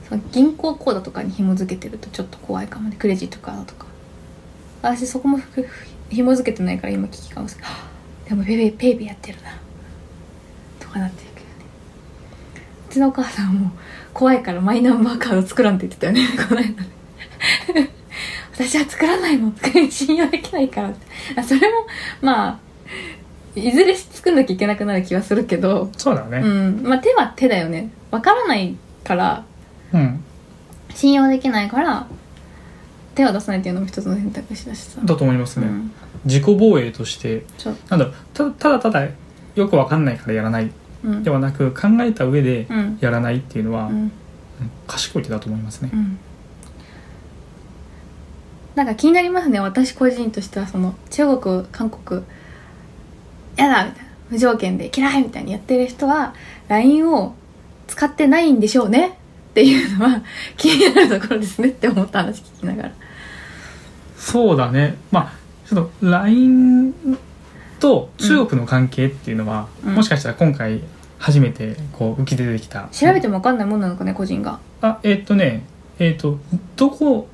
A: その銀行口座とかに紐付けてるとちょっと怖いかもねクレジットカードとか私そこもふふ紐付けてないから今危機感をするはぁでもペイペイペイペイやってるなとかなってるけどねうちのお母さんはもう怖いからマイナンバーカード作らんって言ってたよね この間ね私は作らないもん信用できないからってあそれもまあいずれ作んなきゃいけなくなる気はするけど
B: そうだ
A: う
B: ね
A: ん、まあ手は手だよねわからないから
B: うん、
A: 信用できないから手を出さないっていうのも一つの選択肢だしさ
B: だと思います
A: う
B: ね、
A: ん、
B: 自己防衛として
A: そう
B: なんだろうたただただよくわかんないからやらない
A: うん
B: ではなく考えた上で
A: うん
B: やらないっていうのは、
A: う
B: うん
A: ん
B: 賢い手だと思いますね
A: う、んなんか気になりますね私個人としてはその中国韓国やだみたいな無条件で嫌いみたいにやってる人は LINE を使ってないんでしょうねっていうのは 気になるところですねって思った話聞きながら
B: そうだねまあちょっと LINE と中国の関係っていうのは、
A: うん
B: もしかしたら今回初めてこう浮き出てきた
A: 調べても分かんないもんなのかね個人が
B: あえっとねえっとどこ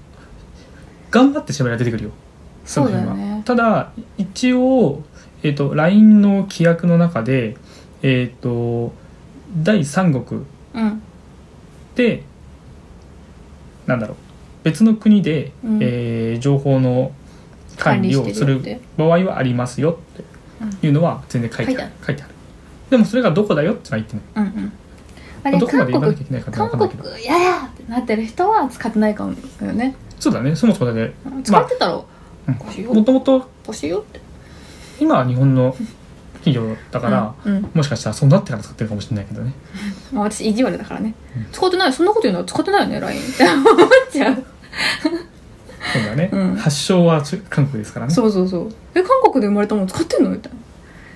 B: 頑張って調べれば出てくるよその辺は
A: そうだよね
B: ただ一応、えっと LINE の規約の中でえっと第三国
A: うん
B: でなんだろう別の国で、
A: うん
B: えー情報の管理をす
A: 管理し
B: る
A: てるよっ
B: 場合はありますよっていうのは全然書いてある,、書いてあるでもそれがどこだよってのは言ってない
A: うんうんあれ
B: どこまで
A: 韓
B: 言わなき
A: 国
B: ゃいけないかって
A: 韓
B: 分かんないけど
A: 国ややってなってる人は使ってないかもよね
B: そうだねそもそもだね
A: 使ってたら
B: うん
A: おかしいよ
B: もともと
A: おかしいよって
B: 今は日本の企業だから、
A: うんうん
B: もしかしたらそうなってから使ってるかもしれないけどね
A: まあ私意地悪だからね
B: うん
A: 使ってないそんなこと言うのは使ってないよね LINE って思っちゃう
B: そうだね、
A: うん
B: 発祥は中韓国ですからね
A: そうそうそうえ韓国で生まれたもの使ってんのみたいな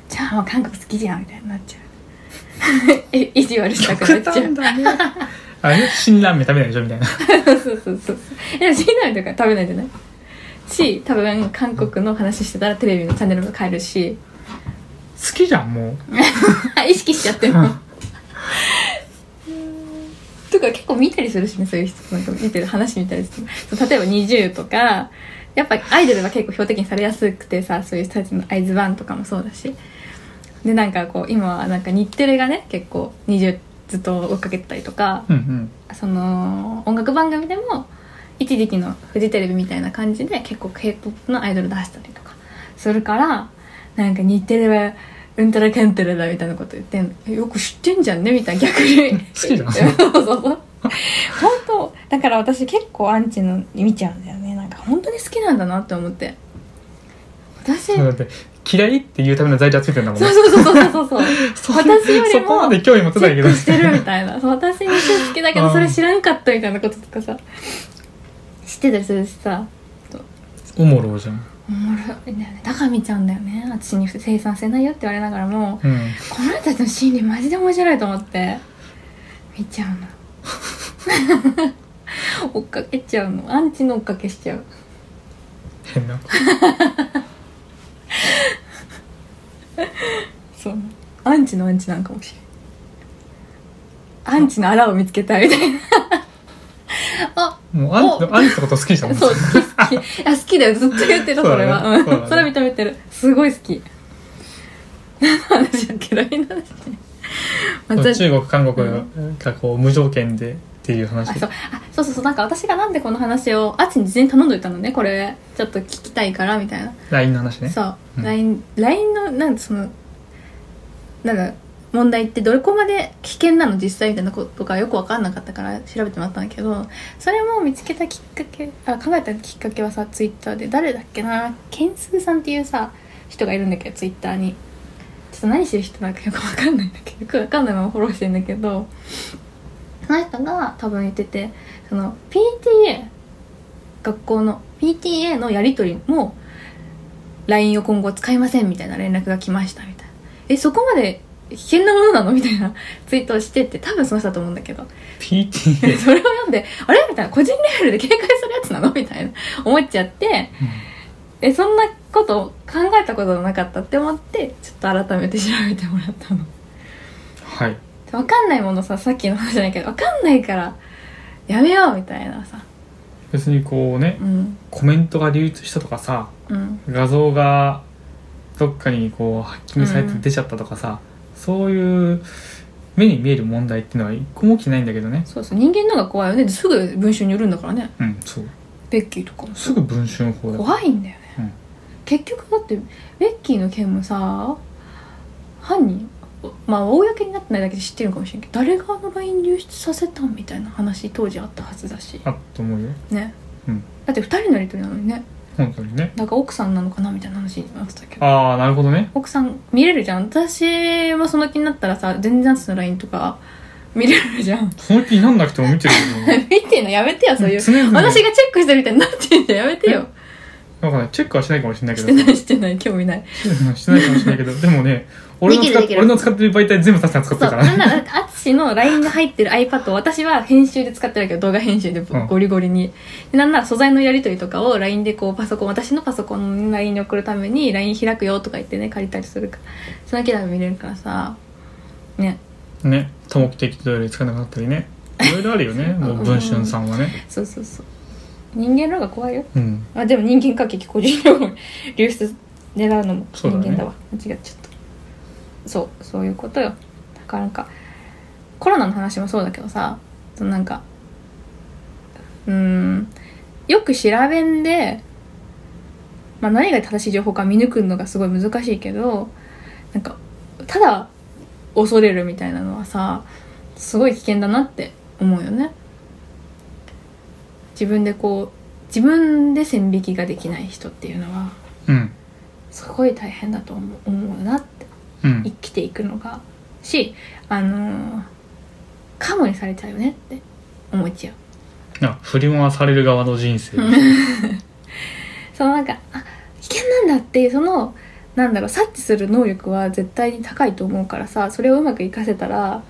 A: じゃあもう韓国好きじゃんみたいになっちゃう え意地悪したくなっ
B: 極
A: ちゃ
B: 端
A: う
B: だね あれ 辛ラーメン食べないでしょみたいな
A: そうそうそういやシーナーとか食べないじゃないし多分韓国の話してたらテレビのチャンネルも変えるし
B: 好きじゃんもう
A: 意識しちゃ ってる
B: う
A: の
B: ん
A: とか結構見たりするしねそういう人なんか見てる話見たりするそう例えば NiziU とかやっぱアイドルが結構標的にされやすくてさそういう人たちのアイズバンとかもそうだしでなんかこう今はなんか日テレがね結構 NiziU ずっと追っかけてたりとか
B: うんうん
A: その音楽番組でも一時期のフジテレビみたいな感じで結構 k p o p のアイドル出したりとかするからなんか日テレはうんたらけんたらだみたいなこと言ってんのえよく知ってんじゃんねみたいな逆に
B: 好きじゃん
A: そうそうそう本当だから私結構アンチの見ちゃうんだよねなんか本当に好きなんだなって思って私
B: そうだって嫌いっていうための材料ついてるんだもん
A: そ
B: ね
A: うそうそうそうそうそう
B: そ
A: 私よりも
B: そこまで興味持て
A: チ
B: な
A: ェ
B: いけ
A: ッ
B: ど
A: クしてるみたいなそう私に好きだけど
B: うん
A: それ知らんかったみたいなこととかさ知ってたりするしさ
B: おもろじゃん、
A: おもろいんだよねだから見ちゃうんだよね私に生産性ないよって言われながらも
B: うん、
A: この人たちの心理マジで面白いと思って見ちゃ うの追っかけちゃうのアンチの追っかけしちゃう
B: 変な
A: そうアンチのアンチなんかもしれないアンチのあらを見つけたいみ たいなあ
B: もうアンチのアンチのこと好きじゃ ん
A: そう、好き、好き。あ、好きだよ。ずっと言ってる、それは。
B: そうだね
A: うん
B: そうだね
A: それは認めてる。すごい好き。何の話だっけ ?LINE の話ね。まあ
B: そう
A: ざ
B: 中国韓国がこう無条件でっていう話
A: あそうあそうそうそうなんか私がなんでこの話をあっちに事前に頼んどいたのねこれちょっと聞きたいからみたいな
B: LINE の話ね
A: そう、
B: うん
A: LINE, LINE のなんかそのなんだ問題ってどれこまで危険なの実際みたいなことがよく分かんなかったから調べてもらったんだけどそれも見つけたきっかけあ考えたきっかけはさツイッターで誰だっけなケンスーさんっていうさ人がいるんだけどツイッターにちょっと何してる人なんかよく分かんないんだけどよく分かんないままフォローしてんだけどその人が多分言っててその PTA 学校の PTA のやり取りも LINE を今後使いませんみたいな連絡が来ましたみたいなえそこまで危険なものなのみたいな ツイートをしてって多分その人だと思うんだけど
B: PTA
A: それを読んであれみたいな個人レベルで警 戒するやつなのみたいな思っちゃってえそんなこと考えたことなかったって思ってちょっと改めて調べてもらったの
B: はい
A: 分かんないものささっきの話じゃないけど分かんないからやめようみたいなさ
B: 別にこうね
A: うん
B: コメントが流出したとかさ
A: うん
B: 画像がどっかにこうハッキングされて出ちゃったとかさ、そういう目に見える問題っていうのは一個も起きてないんだけどね
A: そうそう人間の方が怖いよねすぐ文集によるんだからね
B: うんそう
A: ベッキーとかも
B: すぐ文春法だ
A: 怖いんだよね、
B: うん
A: 結局だってベッキーの件もさ犯人まあ公になってないだけで知ってるのかもしれんけど誰があの LINE 流出させたんみたいな話当時あったはずだし
B: あと思うよ
A: ね、
B: うん
A: だって2人のやり取りなのにね
B: 本当にね
A: なんか奥さんなのかなみたいな話になってたけど
B: ああなるほどね
A: 奥さん見れるじゃん私もその気になったらさ全然アツの LINE とか見れるじゃん
B: その気になんなくても見てるけど
A: 見てんのやめてよそういう
B: 常々
A: 私がチェックしてるみたいになってんじゃんやめてよ
B: なんかねチェックはしないかもしれないけ
A: し
B: ど
A: てないしてない興味ない
B: してないかもしれないけどでもね俺の
A: でき
B: 使
A: るで
B: っ
A: きる
B: 俺の使ってる媒体全部確かに使って
A: そう、
B: るから
A: なん
B: ね
A: なら、アツシの LINE が入ってる iPad を私は編集で使ってるけど、動画編集で
B: うん
A: ゴリゴリに。でなんなら素材のやり取りとかを LINE でこう、パソコン、私のパソコンの LINE に送るために LINE 開くよとか言ってね、借りたりするから。その気だ見れるからさ、ね。
B: ね多目的トイレ使えなくなったりねいろいろあるよねもう文春さんはね
A: そうそうそう。人間の方が怖いよ。
B: うん
A: あ、でも人間関係個人情報流出狙うのも
B: そ
A: 人
B: うだね
A: 間だわ。間違っちゃった。そう、そういうことよ。だからなんか、コロナの話もそうだけどさそのなんかうーんよく調べんで、まあ、何が正しい情報か見抜くのがすごい難しいけどなんかただ恐れるみたいなのはさすごい危険だなって思うよね自分でこう自分で線引きができない人っていうのは
B: うん
A: すごい大変だと思う思うなって
B: うん
A: 生きていくのがしあのー、カモにされちゃうよねって思っちゃう
B: いや振り回される側の人生
A: そのなんかあ危険なんだっていうそのなんだろう察知する能力は絶対に高いと思うからさそれをうまく活かせたら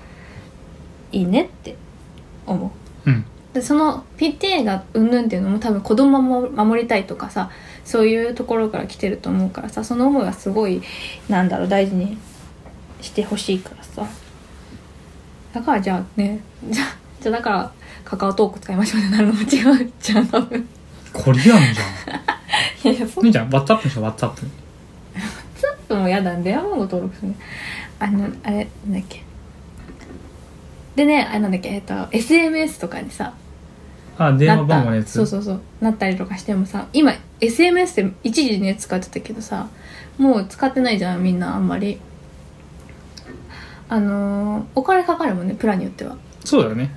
A: いいねって思う
B: うん
A: でその PTA がうんぬんっていうのも多分子供も守りたいとかさそういうところから来てると思うからさその思いはすごいなんだろう大事にしてほしいからさだからじゃあね じゃあじゃあだからカカオトーク使いましょうってなるのも違うじゃん多分
B: コリアンじゃ
A: いやいやそ
B: んいいじゃんワッツアップにしようワッツアップ
A: ちょっともうやだ電話番号登録するねあのあれなんだっけでねあれなんだっけえっと SMS とかにさ
B: あ電話番号のやつ
A: なったそうそうそうなったりとかしてもさ今 SMS って一時ね使ってたけどさもう使ってないじゃんみんなあんまりあのーお金かかるもんねプランによっては
B: そうだよね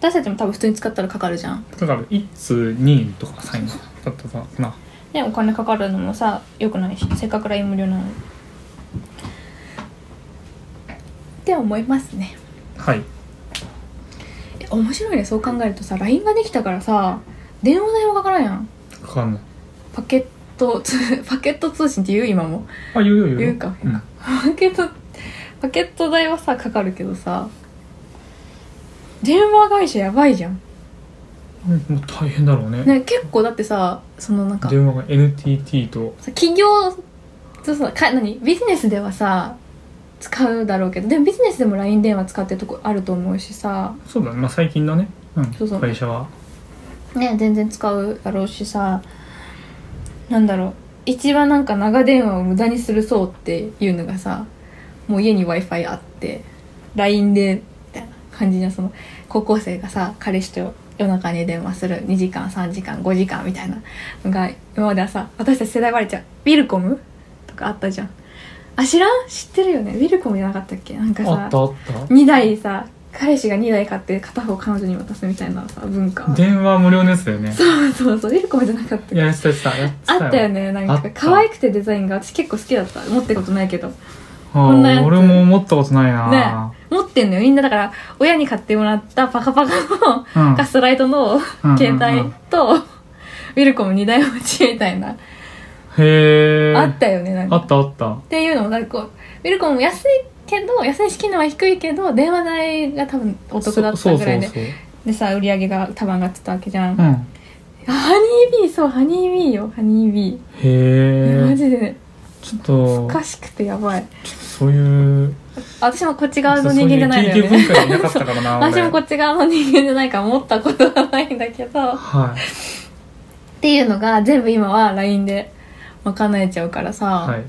A: 私たちも多分普通に使ったらかかるじゃん
B: だから1通2とか3だったかな
A: ね、お金かかるのもさよくないしせっかく LINE 無料なのにって思いますね
B: はい
A: え面白いねそう考えるとさ LINE ができたからさ電話代はかからんやん
B: かかんない
A: パケット通 パケット通信って言う今も
B: あ言うよ言うよ
A: 言うか
B: うん、
A: パケットパケット代はさかかるけどさ電話会社やばいじゃん、
B: うんもう大変だろうね
A: ね、結構だってさそのなんか
B: 電話が NTT と
A: さ企業とさか何ビジネスではさ使うだろうけどでもビジネスでも LINE 電話使ってるとこあると思うしさ
B: そうだね、まあ、最近のね、うん、
A: そうそう
B: 会社は
A: ね全然使うだろうしさなんだろう一番なんか長電話を無駄にするそうっていうのがさもう家に w i f i あって LINE でみたいな感じのその高校生がさ彼氏と夜中に電話する2時間3時間5時間みたいなのが今まではさ私たち世代バレちゃうビルコムとかあったじゃんあ知らん知ってるよねビルコムじゃなかったっけなんかさ
B: あったあった
A: 2台さ彼氏が2台買って片方彼女に渡すみたいなさ文化
B: 電話無料のやつだよね
A: そうそうそう、ウィルコムじゃなかった
B: いややってたやってたやってた
A: あったよね、なん
B: あ
A: か
B: った
A: 可愛くてデザインが私結構好きだった。持ってることないけど。
B: あー
A: こんなやつ
B: 俺も思ったことないな、
A: ね持ってんのよ。みんなだから、親に買ってもらったパカパカの
B: うん
A: ガスライトの
B: うん
A: 携帯と、ウィルコム2台持ちみたいな。
B: へえ
A: あったよね、なん
B: あ
A: か。っ
B: ったあった
A: ていうのも、なんかこう、ウィルコムも安いけど、安いし機能は低いけど、電話代が多分お得だったぐらいで。
B: そうそうそう
A: でさ、売り上げが多分上がってたわけじゃん。
B: そう、う
A: あ
B: ん、
A: ハニービー、そう、ハニービーよ、ハニービー。いや
B: へ
A: マ
B: え
A: ジで、ね、
B: ちょっと
A: おかしくてやばい。
B: そういう
A: 私もこっち側の人間じゃないの
B: そういう
A: よ
B: 経験文
A: ね。
B: 化がいなかっ たからな
A: 私もこ
B: 俺
A: っち側の人間じゃないから持ったことはないんだけど。っ
B: はい
A: ていうのが全部今は LINE で賄えちゃうからさ。
B: はい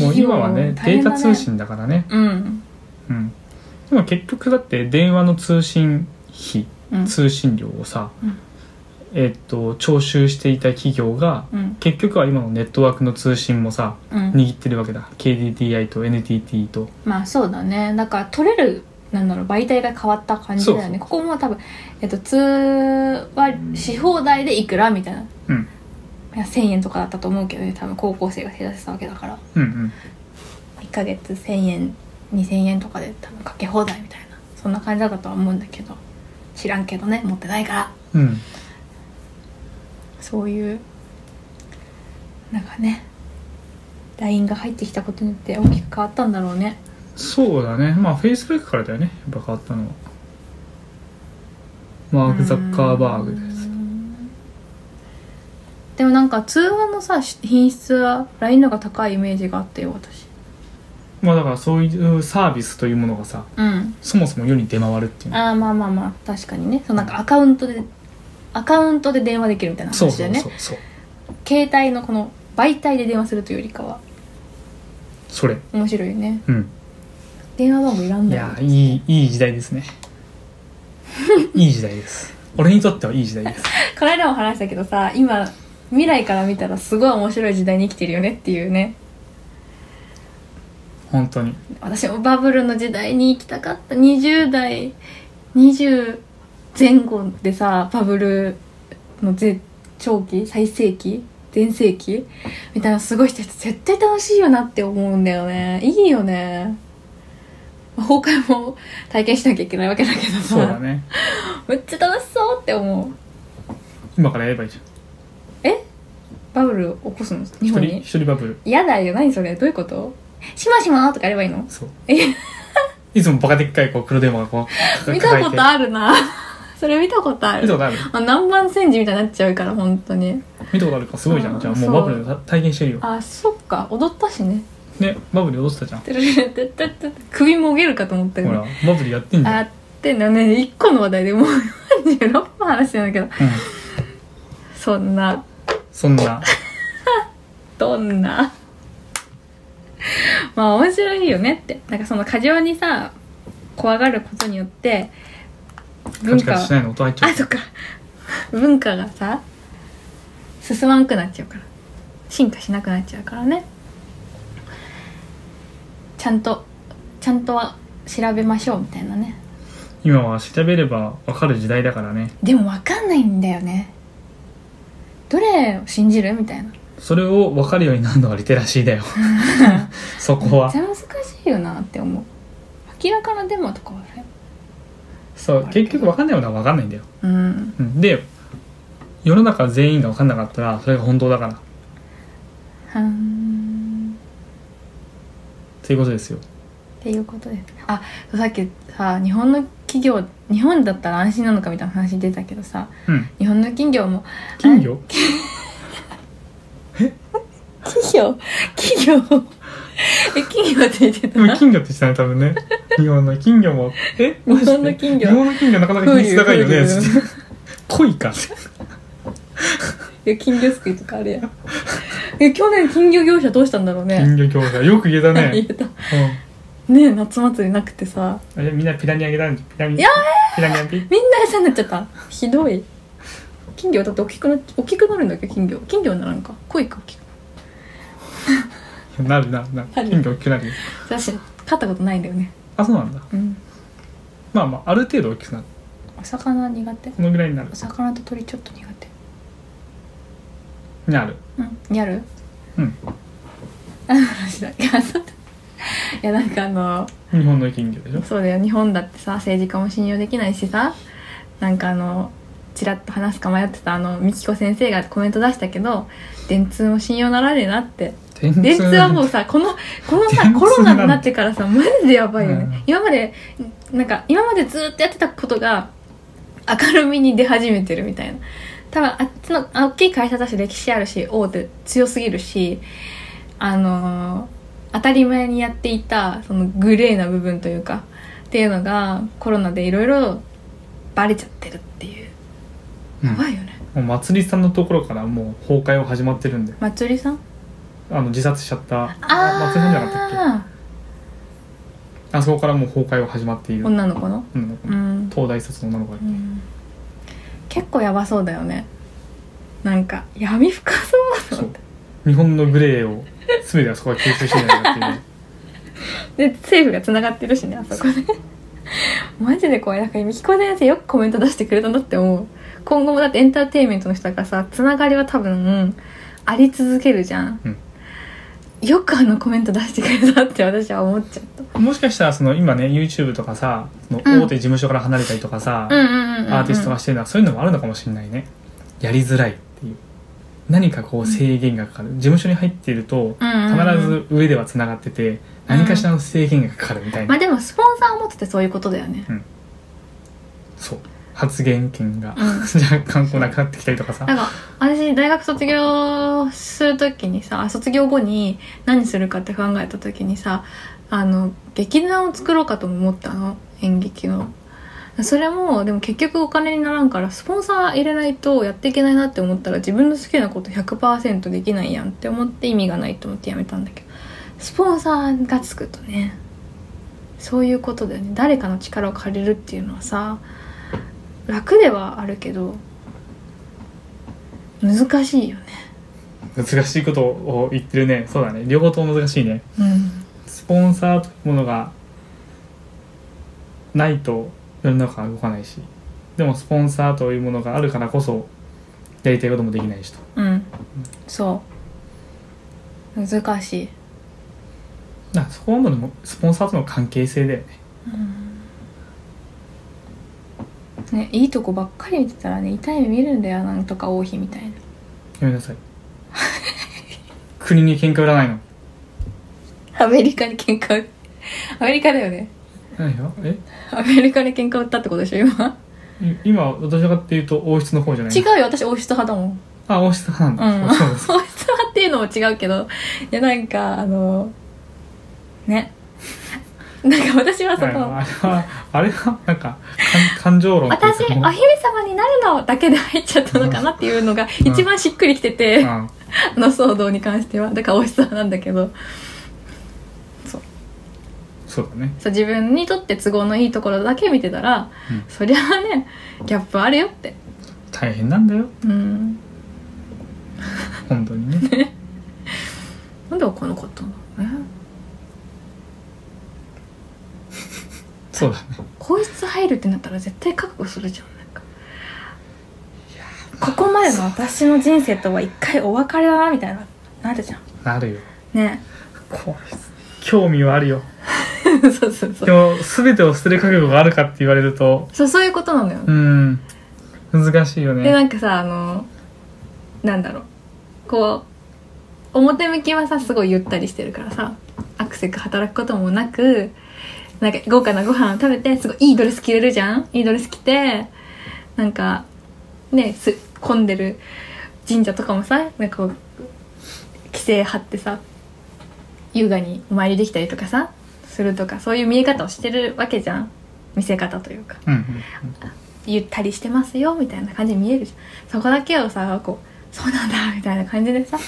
B: もう今はね
A: 企業大
B: デー
A: 変だ
B: タ通。信だからね
A: うん。
B: うんでも結局だって電話の通信費
A: うん。
B: 通信料をさ、
A: うん
B: えっと徴収していた企業が
A: うん。
B: 結局は今のネットワークの通信もさ
A: うん。
B: 握ってるわけだ KDDI と NTT と
A: まあそうだね。だから取れる、なんだろう、媒体が変わった感じだよね。
B: そうそう
A: ここも多分、えっと、通話し放題でいくらみたいな。
B: うん
A: いや1000円とかだったと思うけどね、多分高校生が手出したわけだから。
B: うんうん
A: 1ヶ月1000円2000円とかで多分かけ放題みたいなそんな感じだったとは思うんだけど知らんけどね持ってないから
B: うん
A: そういうなんかね LINE が入ってきたことによって大きく変わったんだろうね
B: そうだねまあ Facebook からだよねやっぱ変わったのはマーク・ザッカーバーグです
A: うんでもなんか通話のさし品質は LINE の方が高いイメージがあったよ私
B: まあだからそういうサービスというものがさ
A: うん
B: そもそも世に出回るっていうの
A: ああまあまあまあ確かにねそのなんかアカウントでアカウントで電話できるみたいな
B: そう
A: 話だ
B: そ
A: よ
B: う
A: ね
B: そうそう
A: 携帯のこの媒体で電話するというよりかは
B: それ
A: 面白いよね
B: うん
C: 電話番号いらん
B: い
C: の
B: やいいいい時代ですねいい時代です俺にとってはいい時代です
A: この間も話したけどさ今未来から見たらすごい面白い時代に生きてるよねっていうね
B: 本当に
A: 私もバブルの時代に行きたかった20代20前後でさバブルの絶長期最盛期全盛期みたいなの過ごしてると絶対楽しいよなって思うんだよねいいよねまあ崩壊も体験しなきゃいけないわけだけど
B: そうだ
A: さ、
B: ね
A: めっちゃ楽しそうって思う
B: 今からやればいいじゃ
A: バブル起こすの日
B: ん
A: 本
B: 一人
A: に
B: 一人バブル
A: 嫌だよ何それどういうことしましまとかやればいいの
B: そういつもバカでっかいこう黒電話がこ う
A: 見たこと
B: ある
A: あるな それ見たことある
B: 見たことある
A: あ南蛮戦時みたいになっちゃうから本当に
B: 見たことあるかすごいじゃ
A: うんん
B: じゃあも
A: そう
B: うバブルで体験してるよ
A: あそっか踊ったしね
B: ねバブル落ちたじゃん
A: てるるるてってってって首もげるかと思った
B: ほら
A: よ、ね、
B: バブルやってんじゃ
A: あ
B: ん
A: ってんだね1個の話題でもう 46分話してるんだけど
B: うん
A: そんな
B: そんな
A: どんな まあ面白いよねってなんかその過剰にさ怖がることによって
B: カ
A: 文
B: チ
A: 化
B: カチしないの音入っちゃ
A: あ
B: う
A: そっか文化がさ進まんくなっちゃうから進化しなくなっちゃうからねちゃんとちゃんとは調べましょうみたいなね
B: 今は調べればわかる時代だからね
A: でも分かんないんだよねどれを信じるみたいな
B: それをわかるようになるのはリテラシーだ よそこ
A: めっ
B: は
A: ちゃ難しいよなって思う明らかなデマとかはね
B: そう結局わかんないものはわかんないんだよ、
A: うん
B: うん、で世の中全員がわかんなかったらそれが本当だからっ
A: はーん
B: ていうことですよ
A: っていうことですねあさっきさ日本の企業日本だったら安心なのかみたいな話出たけどさ
B: うん
A: 日本の企業も
B: 金魚
A: 企業企業え企業って言ってた
B: でも金魚って言ってたね 多分ね日本の金魚もえマジで
A: 日本の金魚
B: 日本の金魚なかなか品質高いよ
A: 風
B: ね
A: 流
B: つって恋か
A: え金魚す くいとかあるやんえ去年金魚業者どうしたんだろうね
B: 金魚業者よく言えた
A: 言
B: ね、
A: えたね
B: う
A: え夏祭りなくてさ
B: ん、あれみんなピラニアげたんじゃピラニア
A: や
B: ピラニアピ
A: みんな餌になっちゃったひどい金魚だって大きくなっ大きくなるんだっけ金魚金魚にならんか恋か大きく
B: なるなるなる
A: なる
B: 金魚大きくなるよ
A: 私飼ったことないんだよね
B: あそうなんだ
A: うん
B: まあまあある程度大きくなる
A: お魚苦手
B: このぐらいになる
A: お魚と鳥ちょっと苦手
B: なる
A: うんやる
B: うん
A: あの話 だっけあそうだいやなんかあの
B: 日本の金魚でしょ
A: そうだよ日本だってさ政治家も信用できないしさなんかあのちらっと話すか迷ってたあの美紀子先生がコメント出したけど電通も信用ならねえなって
B: 電
A: 電通はもうさこのこのさ
B: 電通なんて
A: コロナになってからさマジでやばいよね、
B: うん
A: 今までなんか今までずっとやってたことが明るみに出始めてるみたいな多分あっちのあ大きい会社だし歴史あるし大手強すぎるしあのー当たり前にやっていたそのグレーな部分というかっていうのがコロナでいろいろバレちゃってるっていう
B: うん
A: やばいよね、
B: もう祭りさんのところからもう崩壊は始まってるんで
A: まつりさん
B: あの自殺しちゃった
A: あ
B: 松井さんじゃなかったっ
A: あ
B: けあそこからもう崩壊は始まっている、
A: 女の子の
B: うん
A: うん
B: 東大卒の女の子が
A: うん結構やばそうだよねなんか闇深そう
B: そう日本のグレーを全てあそこが吸収してるんじゃないかっていう
A: で政府がつながってるしねあそこねマジで怖いなんかみきこ先生よくコメント出してくれたなって思う今後もだってエンターテインメントの人だからさつながりは多分あり続けるじゃん、
B: うん
A: よくあのコメント出してくれたって私は思っちゃった
B: もしかしたらその今ね YouTube とかさその
A: うん
B: 大手事務所から離れたりとかさ、
A: うんうんうんうん、
B: アーティストがしてるのはそういうのもあるのかもしれないねやりづらいっていう何かこう制限がかかる、事務所に入っていると
A: うんうんうん
B: 必ず上ではつながってて何かしらの制限がかかるみたいな、
A: まあでもスポンサーを持っててそういうことだよね
B: そう発言権が、
A: うん
B: 若干こうなくなってきたりとかさ
A: なんか私大学卒業するときにさ卒業後に何するかって考えたときにさあの劇団を作ろうかとも思ったの演劇のそれもでも結局お金にならんからスポンサー入れないとやっていけないなって思ったら自分の好きなこと100%できないやんって思って意味がないと思ってやめたんだけどスポンサーがつくとねそういうことだよね誰かの力を借りるっていうのはさ楽ではあるけど難しいよね
B: 難しいことを言ってるねそうだね両方とも難しいね
A: うん
B: スポンサーというものがないと世の中は動かないしでもスポンサーというものがあるからこそやりたいこともできないしと
A: うんそう難しい、
B: だからそこはもうでもスポンサーとの関係性だよね
A: ね、いいとこばっかり見てたらね痛い目見るんだよなんとか王妃みたいな
B: やめなさい国に喧嘩売らないの
A: アメリカに喧嘩売アメリカだよね
B: 何よえ
A: アメリカに喧嘩売ったってことでしょ今
B: い今どちらかっていうと王室の方じゃない
A: 違うよ私王室派だもん
B: あ王室派なんだ、
A: うん
B: そうそう
A: 王室派っていうのも違うけどいやなんかあのね なんか私はそ
B: だか
A: の、
B: らあれはあれはなんか感感情論っていう
A: 私
B: かもう
A: お姫様になるのだけで入っちゃったのかなっていうのが
B: ん
A: 一番しっくりきてて、あ
B: うん
A: の騒動に関してはだから王室派なんだけど
B: そうだね
A: そう自分にとって都合のいいところだけ見てたら、
B: うん
A: そりゃあねギャップあるよって
B: 大変なんだよ
A: うん
B: 本当にね
A: なんでこのことなのね
B: そうだね
A: 皇室入るってなったら絶対覚悟するじゃんなんかここまでの私の人生とは一回お別れだなみたいななるじゃん
B: なるよ
A: ね
B: 怖いっす興味はあるよ
A: そうそうそ
B: で
A: う
B: も全てを捨てる覚悟があるかって言われると
A: そうそういうことなのよ、
B: うん難しいよ
A: でな
B: ね
A: んかさあのなんだろうこう表向きはさすごいゆったりしてるからさアクセク働くこともなくなんか豪華なご飯を食べてすごいいいドレス着れるじゃんいいドレス着てなんかねす混んでる神社とかもさなんかこう規制張ってさ優雅にお参りできたりとかさするとかそういう見え方をしてるわけじゃん見せ方というか
B: うんうん
A: ゆったりしてますよみたいな感じに見えるじゃんそこだけをさこうそうなんだみたいな感じでさ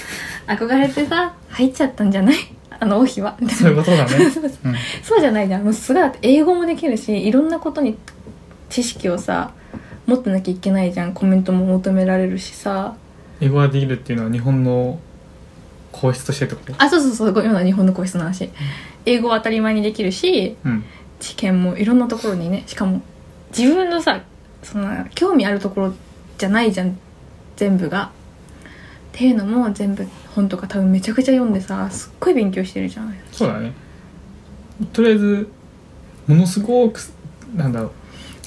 A: 憧れてさ入っちゃったんじゃない あの王妃はみたいな
B: そういうことだね
A: そうそう
B: うん
A: そうじゃないじゃんもうすごいだって英語もできるしいろんなことに知識をさ持ってなきゃいけないじゃんコメントも求められるしさ
B: 英語ができるっていうのは日本の皇室としてってこと
A: あそうそうそうごめんな日本の皇室の話英語は当たり前にできるし
B: うん
A: 知見もいろんなところにねしかも自分のさその興味あるところじゃないじゃん全部が。っていうのも全部本とか多分めちゃくちゃ読んでさすっごい勉強してるじゃん。
B: そうだねとりあえずものすごくなんだろう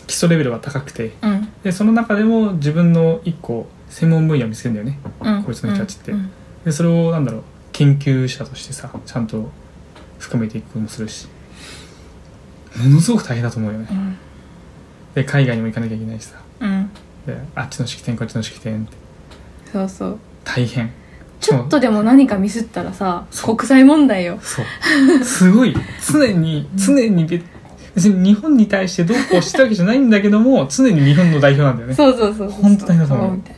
B: 基礎レベルは高くて
A: うん
B: でその中でも自分の一個専門分野を見つけるんだよね
A: うん、
B: こいつの人たちって
A: うん
B: でそれをなんだろう研究者としてさちゃんと含めていくこともするしものすごく大変だと思うよね
A: うん
B: で海外にも行かなきゃいけないしさ
A: うん、
B: であっちの式典こっちの式典って
A: そうそう
B: 大変
A: ちょっとでも何かミスったらさ
B: そう
A: 国際問題よ
B: そうすごい常に常にべ別に日本に対してどうこうしてるわけじゃないんだけども 常に日本の代表なんだよね
A: そうそうそうそう
B: 本当にだと思う
A: そうみたい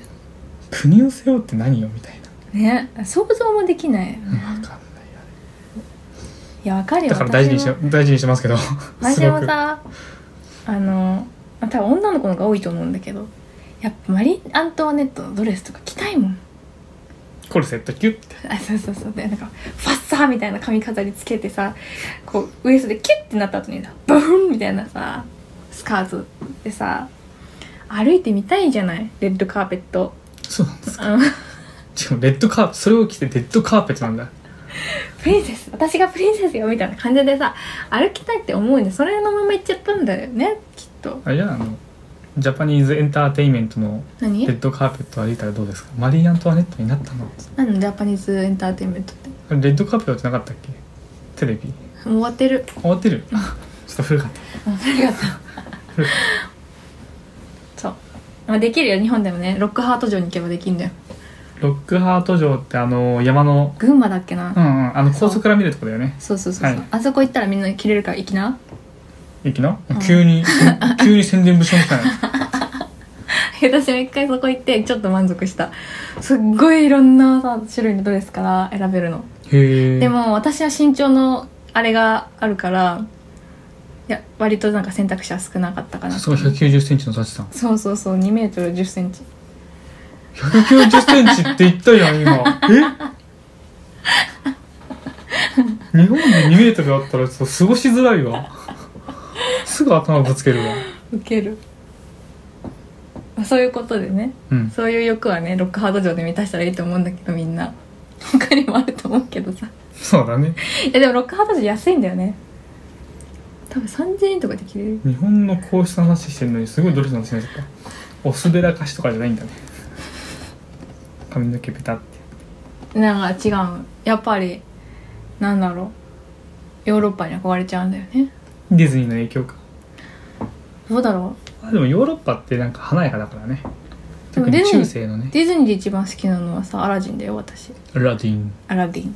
B: 国を背負って何よみたいな
A: なね想像もできないよね
B: 分かんないよね
A: いやわかるよ
B: だから大事にし
A: 私も
B: よ大事にしてます けどすご
A: 私も
B: く
A: さあのまあ多分女の子の方が多いと思うんだけどやっぱマリー・アントワネットのドレスとか着たいもん
B: コルセットキュッて
A: あそうそうそうでなんかファッサーみたいな髪飾りつけてさこうウエストでキュッてなった後にさブーンみたいなさスカートでさ歩いてみたいじゃないレッドカーペット
B: そうなんです
A: うん
B: しかもレッドカーペットそれを着てレッドカーペットなんだ
A: プリンセス私がプリンセスよみたいな感じでさ歩きたいって思うんでそれのまま行っちゃったんだよねきっと
B: あれじゃああのジャパニーズエンターテインメントのレ
A: 何
B: ッドカーペットを歩いたらどうですかマリー・アントワネットになったの
A: 何のジャパニーズエンターテインメントって
B: あれレッドカーペットってなかったっけテレビ
A: もう終わってる
B: 終わってるちょっと古かった
A: ありがとうそう、まあ、できるよ日本でもねロックハート城に行けばできるんだよ
B: ロックハート城ってあの山の
A: 群馬だっけな、
B: うんうんあの高速から見るとこだよね
A: そうそうそうそう、
B: はい
A: あそこ行ったらみんな切れるから行きな
B: 駅の、
A: うん
B: 急に急に宣伝部署みたい な
A: 私も一回そこ行ってちょっと満足したすっごいいろんなさ種類のドレスから選べるの
B: へえ
A: でも私は身長のあれがあるからや割となんか選択肢は少なかったかな
B: さすが1 9 0ンチのサチさん
A: そうそうそう2メートル1 0ンチ
B: 1 9 0ンチって言ったやん今え日本に2メートルあったらちょっと過ごしづらいわすぐ頭ぶつけるわ
A: ウケる、まあ、そういうことでね
B: うん
A: そういう欲はねロックハード上で満たしたらいいと思うんだけどみんな 他にもあると思うけどさ
B: そうだね
A: いやでもロックハード上安いんだよね多分3000円とかで切れる
B: 日本の皇室の話してるのにすごいドレスの話になっちゃったおすべらかしとかじゃないんだね髪の毛ペタって
A: なんか違うやっぱりなんだろうヨーロッパに憧れちゃうんだよね
B: ディズニーの影響か
A: どうだろ
B: あでもヨーロッパってなんか華やかだからね
A: でも
B: 特
A: デ
B: に
A: ィズニー
B: 中世の
A: う
B: ね
A: ディズニーで一番好きなのはさアラジンだよ私
B: ラディン
A: アラディン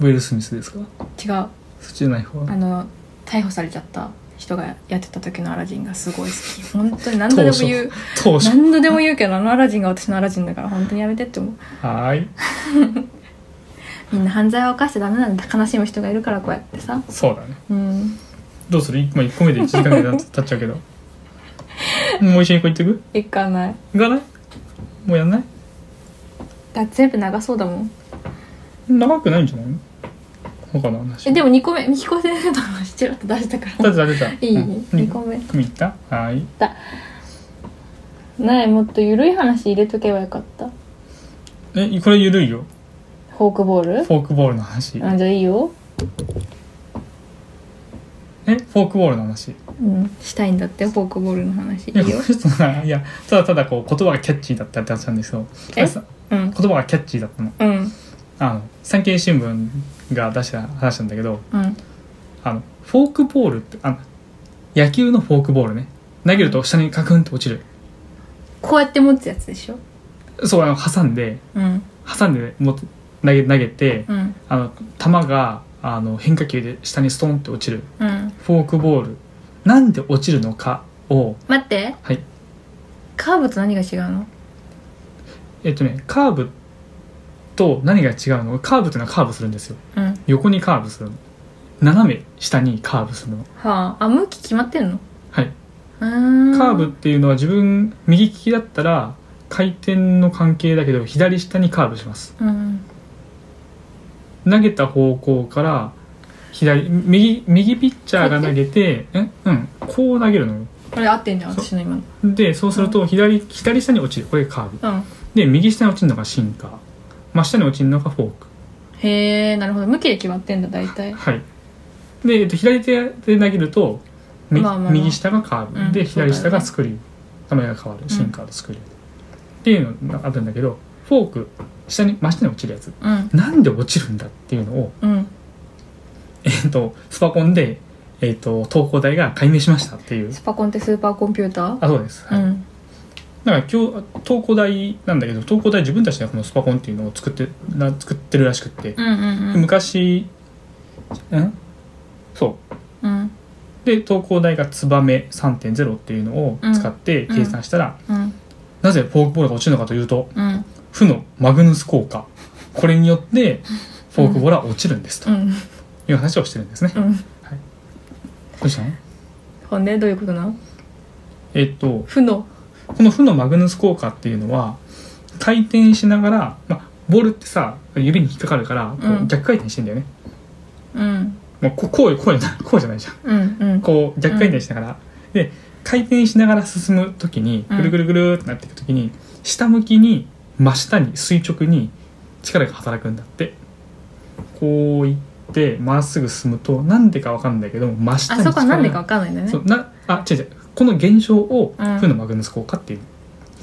B: ウェル・スミスですか
A: 違う
B: そっちじゃない方
A: あの逮捕されちゃった人がやってた時のアラジンがすごい好き本当に何度でも言う
B: 当初
A: 何度でも言うけどあのアラジンが私のアラジンだから本当にやめてって思う
B: はーい
A: みんな犯罪を犯しちゃダメなんだ悲しむ人がいるからこうやってさ
B: そうだね
A: うん
B: どうするまあ1個目で1時間ぐらい経っちゃうけど もう一緒にこう行ってく
A: 行かない
B: 行かないもうやんない
A: だって全部長そうだもん
B: 長くないんじゃないの他の話
A: えでも2個目みきこ先生とのしちらっと出したから
B: だって出た
A: いい、
B: うん
A: 二個目
B: 組行ったはーい
A: ないもっとゆるい話入れとけばよかった
B: えこれゆるいよ
A: フォークボール
B: フォークボールの話
A: あじゃあいいよ
B: えフォークボールの話い
A: うんしたいんだってフォークボールの話いい
B: や
A: よ
B: この人ないやただただこう言葉がキャッチーだったって話なんですよ
A: え
B: さ
A: うん
B: 言葉がキャッチーだったの
A: うん
B: あの産経新聞が出した話なんだけど
A: うん
B: あのフォークボールってあの野球のフォークボールね投げると下にカクンと落ちる
A: こうやって持つやつでしょ
B: そうあの挟んで
A: うん
B: 挟んでもう投げ投げて
A: うん
B: あの球があの変化球で下にストンって落ちる
A: うん
B: フォークボールなんで落ちるのかを
A: 待って
B: はい
A: カーブと何が違うの
B: えっとねカーブと何が違うのカーブっていうのはカーブするんですよ
A: うんは
B: 横にカーブするの斜め下にカーブするの
A: ああ向き決まってんの
B: はいう
A: ーん
B: カーブっていうのは自分右利きだったら回転の関係だけど左下にカーブします
A: うん
B: 投げた方向から左右右ピッチャーが投げてえうんこう投げるのよ
A: これ合ってんじゃん
B: そう
A: 私の今の
B: でそうすると左左下に落ちるこれがカーブ
A: うん
B: で右下に落ちるのがシンカー真下に落ちるのがフォーク
A: へえなるほど向きで決まってんだ大体
B: はい。で、えっと、左手で投げると、み
A: まあまあまあ
B: 右下がカーブ、
A: うん
B: で左下がスクリュー、名前が変わる
A: ん
B: シンカーとスクリュー、っていうのがあるんだけどフォーク下に真下に落ちるやつ
A: うん
B: なんで落ちるんだっていうのを、
A: うん
B: えっとスパコンで、えっと東工大が解明しましたっていう
A: スパコンってスーパーコンピューター
B: あそうです、
A: う
B: はい
A: ん
B: だから今日東工大なんだけど東工大自分たちでこのスパコンっていうのを作ってな作ってるらしくって、
A: うんうんうん
B: 昔んそう
A: うん
B: で東工大がツバメ3.0っていうのを使って計算したら、
A: うん
B: なぜフォークボールが落ちるのかというと
A: うん
B: 負のマグヌス効果これによってフォークボールは落ちるんですと
A: うん
B: いう話をしてるんですね。
A: うん
B: これじゃん
A: ほんでどういうことなの
B: えっと
A: 負の
B: この負のマグヌス効果っていうのは回転しながら、まあ、ボールってさ指に引っかかるからこ
A: う
B: うん逆回転してんだよね。
A: うん
B: もうここうこうじゃない こうじゃないじゃん。
A: うんうん
B: こう逆回転しながら、で回転しながら進む時に
A: うん
B: ぐるぐるぐるってなっていく時に、下向きに真下に垂直に力が働くんだってこういってまっすぐ進むとなんでかわかんないけど真下に
A: あそこはなんでかわかんないんだよね
B: そうなあ違う違うこの現象を
A: うん
B: 負のマグネス効果っていう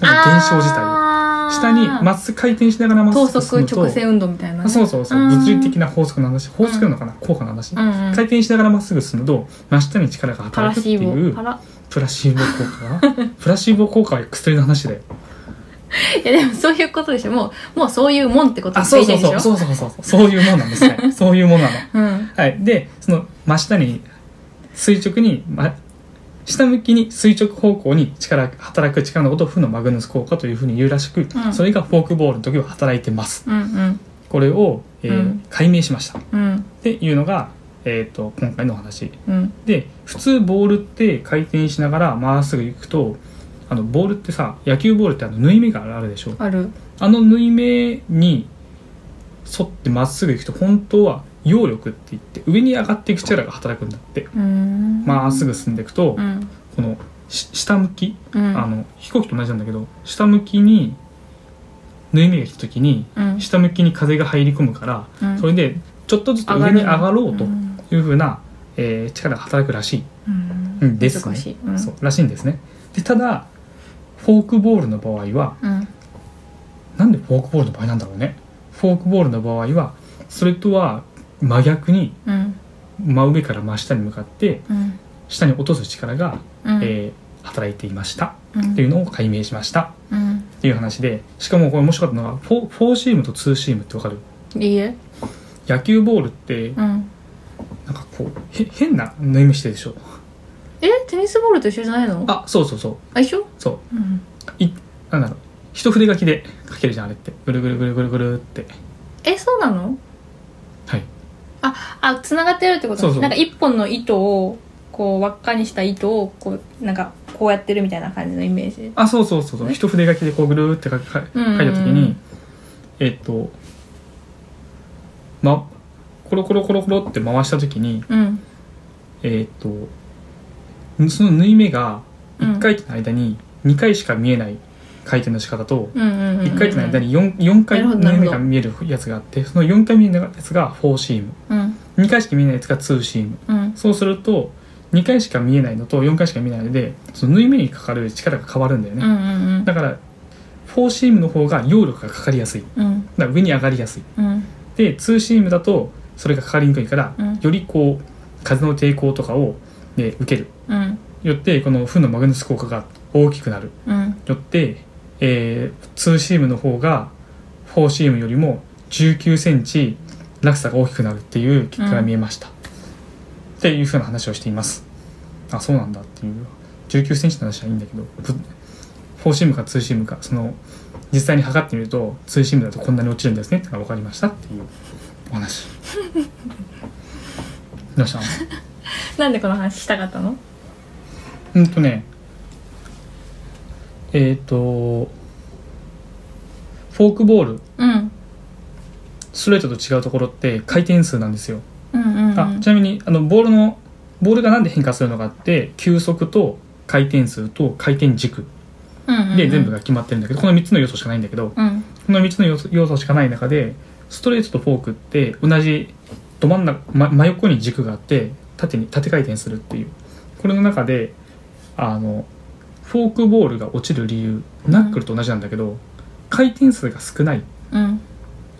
B: この現象自体を
A: あー
B: 下にまっすぐ回転しながらまっ
A: 等
B: すぐ進
A: 速
B: むと
A: 直線運動みたいな
B: あそうそうそう
A: うん
B: 物理的な法則の話法則なのかな、効果の話、
A: うんうん
B: 回転しながらまっすぐ進むと真下に力が
A: パラ
B: 働くって
A: シ
B: い
A: ー
B: う
A: ボパラ
B: プラシーボ効果 プラシーボ効果は薬の話 だよ
A: いやでもそういうことでしょもうもうそういうもんってこと
B: あそうそう
A: でいい
B: そ
A: で
B: う
A: しょ
B: そうそうそうそういうもんなんです ねそういうもんなの
A: うん
B: はいでその真下に垂直に、ま、下向きに垂直方向に力働く力のことを負のマグヌス効果というふうに言うらしく、
A: うん
B: それがフォークボールの時は働いてます
A: うんうん
B: これを、えー
A: うん
B: 解明しましたっ
A: うん
B: ていうのが、ええー、と今回のお話
A: うん
B: で普通ボールって回転しながらまっすぐ行くとあのボールってさ野球ボールってあの縫い目があるでしょ
A: ある
B: あの縫い目に沿ってまっすぐ行くと本当は揚力って言って上に上がっていく力が働くんだって
A: うーん
B: まっすぐ進んでいくと、
A: うん
B: このし下向き、
A: うん
B: あの飛行機と同じなんだけど下向きに縫い目が来た時に
A: うん
B: 下向きに風が入り込むから、
A: うん
B: それでちょっとずつ上に上がろうというふうな、えー力が働くらしい、
A: うん
B: うんですね
A: 難しいうん
B: そうらしいんですねでただフォークボールの場合は
A: うん
B: なんでフォークボールの場合なんだろうねフォークボールの場合はそれとは真逆に
A: うん
B: 真上から真下に向かって
A: うん
B: 下に落とす力が、
A: うん
B: えー働いていました
A: うん
B: っていうのを解明しました
A: うん
B: っていう話でしかもこれ面白かったのがフォーフォーシームとツーシームってわかる
A: いいえ
B: 野球ボールって
A: うん
B: なんかこうへ変な縫い目してるでしょ
A: えテニスボールと一緒じゃないの
B: あそうそうそう
A: あ一緒
B: そう
A: うん
B: いなんだろう一筆書きで書けるじゃんあれってぐるぐるぐるぐるぐるって
A: えそうなの
B: はい
A: ああ繋がってるってこと
B: そうそう
A: なんか一本の糸をこう輪っかにした糸をこうなんかこうやってるみたいな感じのイメージ
B: あそうそうそうそう
A: ね
B: 一筆書きでこうぐるーって書か書い
A: うんうん
B: た時にえっとまコロコロコロコロって回した時に
A: うん
B: えっとその縫い目が
A: うん
B: 1回転の間に2回しか見えない回転の仕方と
A: うんうんうんうん
B: 1回転の間に 4, 4回
A: なるほど
B: 縫い目が見えるやつがあってその4回見えないやつが4シーム
A: うん
B: 2回しか見えないやつが2シーム
A: うん
B: そうすると2回しか見えないのと4回しか見えないのでその縫い目にかかる力が変わるんだよね
A: うんうん
B: だからフォーシームの方が揚力がかかりやすいだ
A: うん
B: から上に上がりやすい
A: うん
B: でツーシームだとそれがかかりにくいから、
A: うん
B: よりこう風の抵抗とかを、ね、受ける
A: うん
B: よってこの負のマグネス効果が大きくなる
A: うん
B: よって、えー、ツーシームの方がフォーシームよりも1 9センチ落差が大きくなるっていう結果が見えました、っていうふうな話をしていますあそうなんだっていう1 9センチの話はいいんだけどぶフォーシームかツーシームかその実際に測ってみるとツーシームだとこんなに落ちるんですねってのが分かりましたっていうお話どうしたの
A: なんでこの話したかったの
B: うんとねえっ、とフォークボール
A: うん
B: ストレートと違うところって回転数なんですよ、
A: うんうんうん
B: あちなみにあのボールのボールがなんで変化するのかって球速と回転数と回転軸
A: うんうん
B: で全部が決まってるんだけど、この3つの要素しかないんだけど
A: うん
B: この3つの要素要素しかない中でストレートとフォークって同じど真ん中、ま真横に軸があって縦に縦回転するっていうこれの中であのフォークボールが落ちる理由ナックルと同じなんだけど、回転数が少ない
A: うん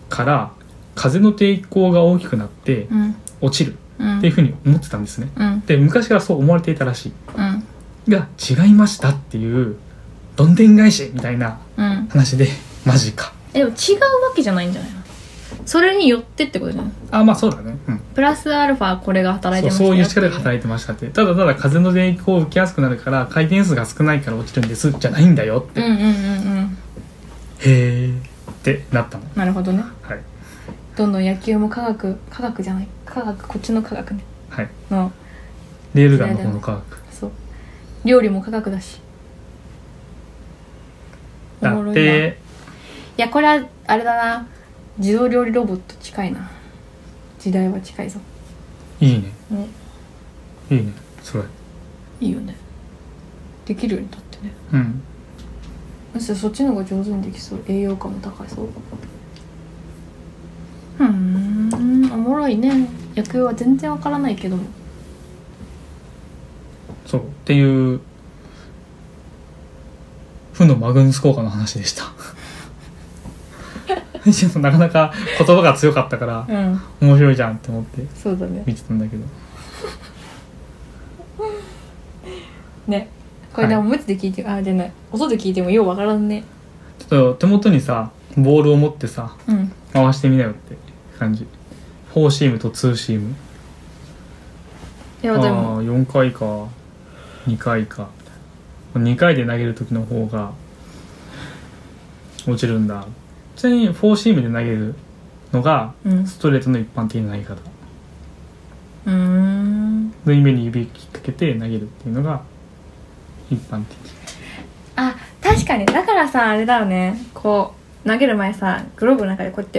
B: から風の抵抗が大きくなって
A: うん
B: 落ちる
A: うん
B: っていうふうに思ってたんですね
A: うん
B: で昔からそう思われていたらし
A: うん
B: いが違いましたっていうどんでん返しみたいな
A: うん
B: 話でマジか
A: えでも違うわけじゃないんじゃないのそれによってってことじゃない
B: あまあそうだねうん
A: プラスアルファこれが働い
B: そ
A: てます
B: うそういう力が働いてましたってただただ風の抵抗を受けやすくなるから回転数が少ないから落ちるんですじゃないんだよって、
A: う
B: へ
A: んうんうんうん
B: えってなったの
A: なるほどね
B: はい
A: どんどん野球も科学科学じゃない科学こっちの科学ね
B: はい
A: の
B: レールガンの方の科学
A: そう料理も科学だしおもろ
B: だっ
A: いない
B: て
A: やこれはあれだな自動料理ロボット近いな時代は近いぞ
B: いいね
A: ね
B: いいねそれ
A: いいよねできるようになってね
B: うん
A: むしろそっちの方が上手にできそう栄養価も高いそうふーんおもろいね野球は全然わからないけども
B: そうっていう負のマグヌス効果の話で したちょっとなかなか言葉が強かったから
A: うん
B: 面白いじゃんって思って
A: そうだね
B: 見てたんだけど
A: ねこれでも無知で聞いて、あじゃない音で聞いてもようわからんね
B: ちょっと手元にさボールを持ってさ
A: うん
B: 回してみなよって感じフォーシームとツーシーム
A: い
B: あ
A: や
B: あ
A: でも
B: ー4回か2回か2回で投げる時の方が落ちるんだちなみにフォーシームで投げるのが
A: うん
B: ストレートの一般的な投げ方
A: ううーん
B: 縫い目に指引っ掛けて投げるっていうのが一般的
A: あ確かにだからさあれだよねこう投げる前さグローブの中でこうやって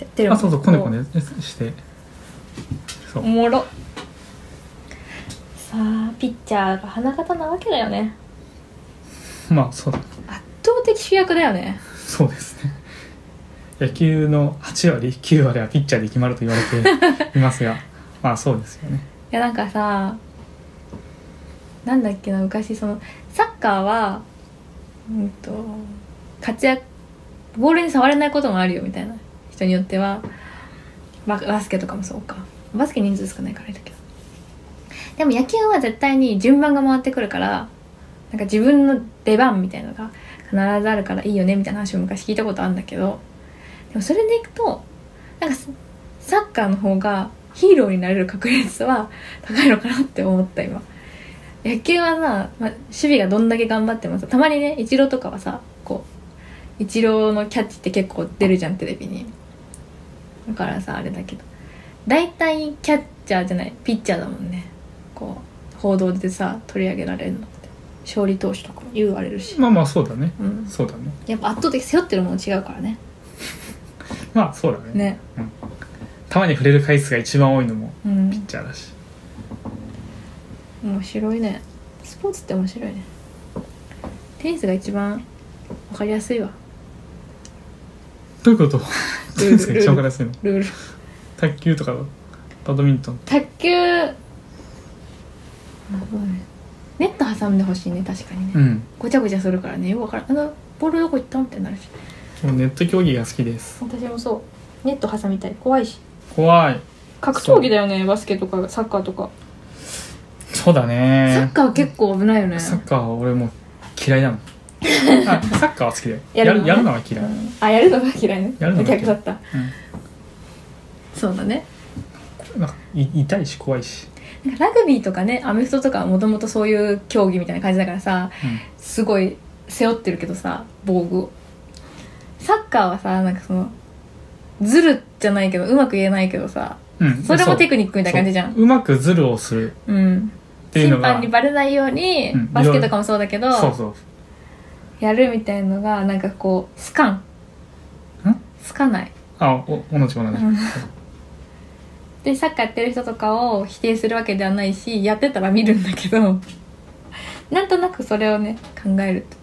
A: やってるも
B: あ
A: ん
B: そうそうこねこねしてそう
A: おもろさあピッチャーが花形なわけだよね
B: まあそうだ
A: 圧倒的主役だよね
B: そうですね野球の8割9割はピッチャーで決まると言われ ていますがまあそうですよね
A: いやなんかさなんだっけな昔そのサッカーはうんと活躍ボールに触れないこともあるよみたいな人によってはババスケとかもそうかバスケ人数少ないからあれだけどでも野球は絶対に順番が回ってくるからなんか自分の出番みたいなのが必ずあるからいいよねみたいな話を昔聞いたことあるんだけどでもそれでいくとなんかササッカーの方がヒーローになれる確率は高いのかなって思った今野球はさ、まあ、守備がどんだけ頑張ってもさたまにねイチローとかはさこうイチローのキャッチって結構出るじゃんテレビにだからさあれだけど大体キャッチャーじゃないピッチャーだもんねこう報道でさ取り上げられるのって勝利投手とかも言われるし、
B: まあまあそうだね
A: うん、
B: そうだね
A: やっぱ圧倒的に背負ってるもの違うからね
B: まあそうだ
A: ね
B: ね球に触れる回数が一番多いのも
A: うん
B: ピッチャーだし
A: 面白いねスポーツって面白いねテニスが一番わかりやすいわ
B: どういう こと
A: ルール
B: ですか一番わかりやすいの
A: ルール
B: 卓球とかバドミントン
A: 卓球なるほどねネット挟んでほしいね確かにね、
B: うん
A: ごちゃごちゃするからねよくわからんあのボールどこ行ったみたいになるし
B: もうネット競技が好きです
A: 私もそうネット挟みたい怖いし
B: 怖い
A: 格闘技だよねバスケとかサッカーとか、
B: そうだね
A: サッカーは結構危ないよね
B: サッカーは俺もう嫌いなの あサッカーは好きだよ
A: や
B: や
A: るの
B: る
A: ね
B: やるのは嫌い、
A: う
B: うん
A: んあやるのが嫌いね
B: やるのが嫌い
A: 逆だったそうだね
B: なんかい痛いし怖いし、
A: なんかラグビーとかねアメフトとかはもともとそういう競技みたいな感じだからさ
B: う
A: すごい背負ってるけどさ防具をサッカーはさなんかそのずるじゃないけどうまく言えないけどさ
B: んうん、
A: それもテ
B: ク
A: クニックみたいな感じじゃん
B: ううまくズルをする
A: うん
B: っていう
A: 審
B: のが
A: 判にバレないように、
B: うん
A: バスケとかもそうだけど
B: そうそう
A: やるみたいのがなんかこうスカン
B: ん
A: スカない、
B: あお同じ
A: う
B: 同じ、
A: んでサッカーやってる人とかを否定するわけではないしやってたら見るんだけど なんとなくそれをね考えると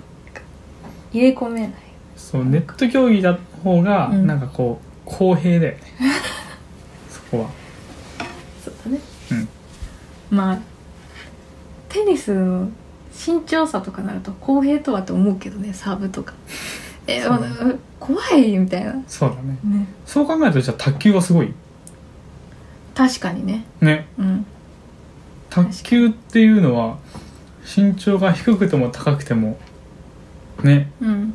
A: 入れ込めない
B: そうネット競技だ方が
A: うん
B: なんかこう公 平だよねそこは
A: そうだね
B: うん
A: まあテニスの慎重さとかなると公平とはと思うけどねサーブとかえ、
B: そう
A: まあ怖いみたいなね
B: そうだねそう考えるとじゃあ卓球はすごい
A: 確かにね
B: ね
A: うん
B: 卓球っていうのは身長が低くても高くてもね
A: うん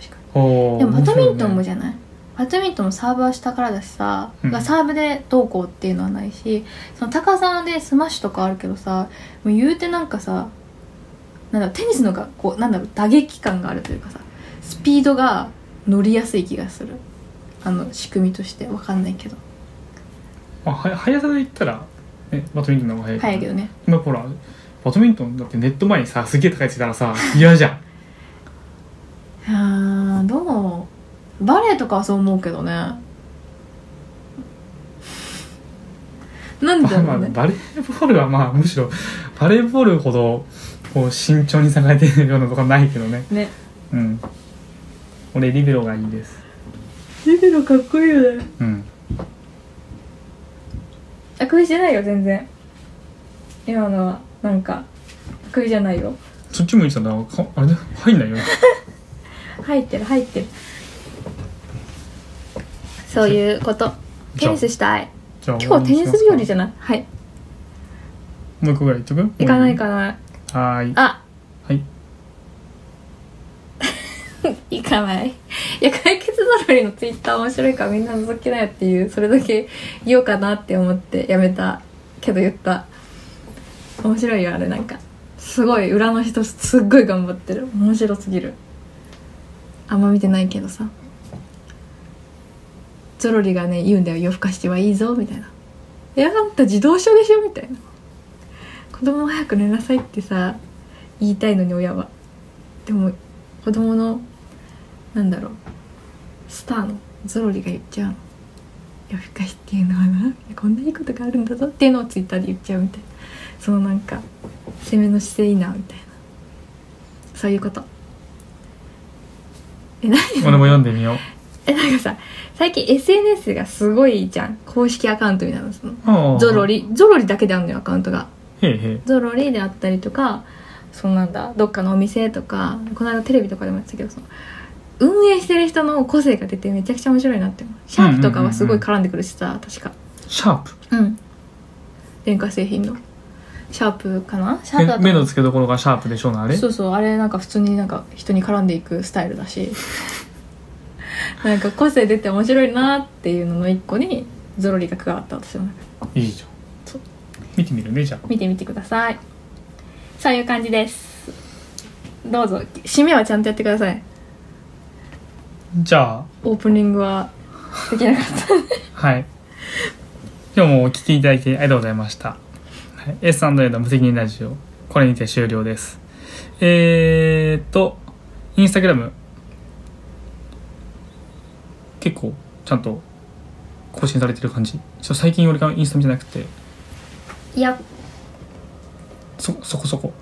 A: 確かに
B: おー
A: でもバドミントンも
B: 面白いね
A: じゃないバドミントンもサーブは下からだしさ、
B: うん
A: まあサーブでどうこうっていうのはないしその高さでスマッシュとかあるけどさもう言うてなんかさなんだろうテニスのがこうなんだろう打撃感があるというかさスピードが乗りやすい気がするあの仕組みとしてわかんないけど
B: まあ、は速さで言ったら、ね、バドミントンの方が速い
A: 早いけどね
B: 今ほらバドミントンだってネット前にさすげえ高いついたらさ嫌じゃん
A: あーどうバレエとかはそう思うけどねなんでだ
B: ま
A: ろ
B: あまあ
A: うね
B: バレーボールはまあむしろバレーボールほどこう慎重に考えてるようなとこはないけどね
A: ね
B: うん俺リベロがいいです
A: リベロかっこいいよね
B: うん
A: あくびしてないよ全然今のはなんかあくびじゃないよ
B: そっち向いてたらかあれね入んな いよね
A: 入ってる入ってるそういうことテニスしたい
B: じゃあ
A: 今日テニス日和
B: ゃ
A: じゃないはい
B: もう一個ぐらい行っとく
A: 行かないかな
B: はーい
A: あ
B: はい
A: 行かないいや解決ぞろりのツイッター面白いからみんな覗きなよっていうそれだけ言おうかなって思ってやめたけど言った面白いよあれなんかすごい裏の人すっごい頑張ってる面白すぎるあんま見てないけどさゾロリがね言うんだよ夜更かしてはいいぞみたいなえあんた自動車でしょみたいな子供を早く寝なさいってさ言いたいのに親はでも子供のなんだろうスターのゾロリが言っちゃうの夜更かしっていうのはなこんないいことがあるんだぞっていうのをツイッターで言っちゃうみたいなそのなんか攻めの姿勢いいなみたいなそういうことえ何
B: 俺も読んでみよう
A: えなんかさ最近 SNS がすごいじゃん公式アカウントみたいなのその
B: あ あ
A: ゾロリゾロリだけであるのよアカウントが
B: へえへえ
A: ゾロリであったりとかそのなんだどっかのお店とかこの間テレビとかでもやってたけどその運営してる人の個性が出てめちゃくちゃ面白いなって思うシャープとかはすごい絡んでくるしさ確か
B: シャープ
A: うん電化製品のシャープかなシャープだ
B: 目
A: と
B: 目の付けどころがシャープでしょうなあれ
A: そうそうあれなんか普通になんか人に絡んでいくスタイルだし なんか個性出て面白いなっていうのの一個にゾロリが加わった私の中で
B: いいじゃん
A: そう
B: 見てみるねじゃあ
A: 見てみてくださいそういう感じですどうぞ締めはちゃんとやってください
B: じゃあ
A: オープニングはできなかった
B: はい今日もお聞きいただきありがとうございました、はい、S&A の無責任ラジオこれにて終了ですえー、っとインスタグラム結構ちゃんと更新されてる感じちょっと最近俺がインスタ見てなくて
A: いや
B: そそこそこ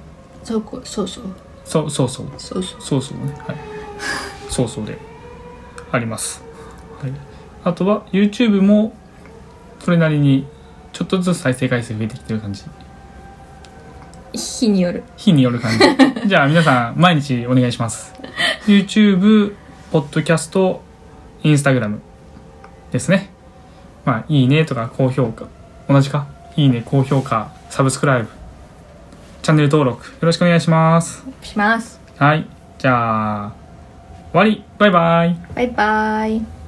A: そうこそうそう
B: そそうそう
A: そうそう
B: そうそうねはいそうそうであります、はい、あとは YouTube もそれなりにちょっとずつ再生回数増えてきてる感じ
A: 日による
B: 日による感じじゃあ皆さん毎日お願いします YouTube ポッドキャストインスタグラムですねまあいいねとか高評価同じかいいね高評価サブスクライブチャンネル登録よろしくお願いします
A: します
B: はいじゃあ終わりバイバイ
A: バイバイ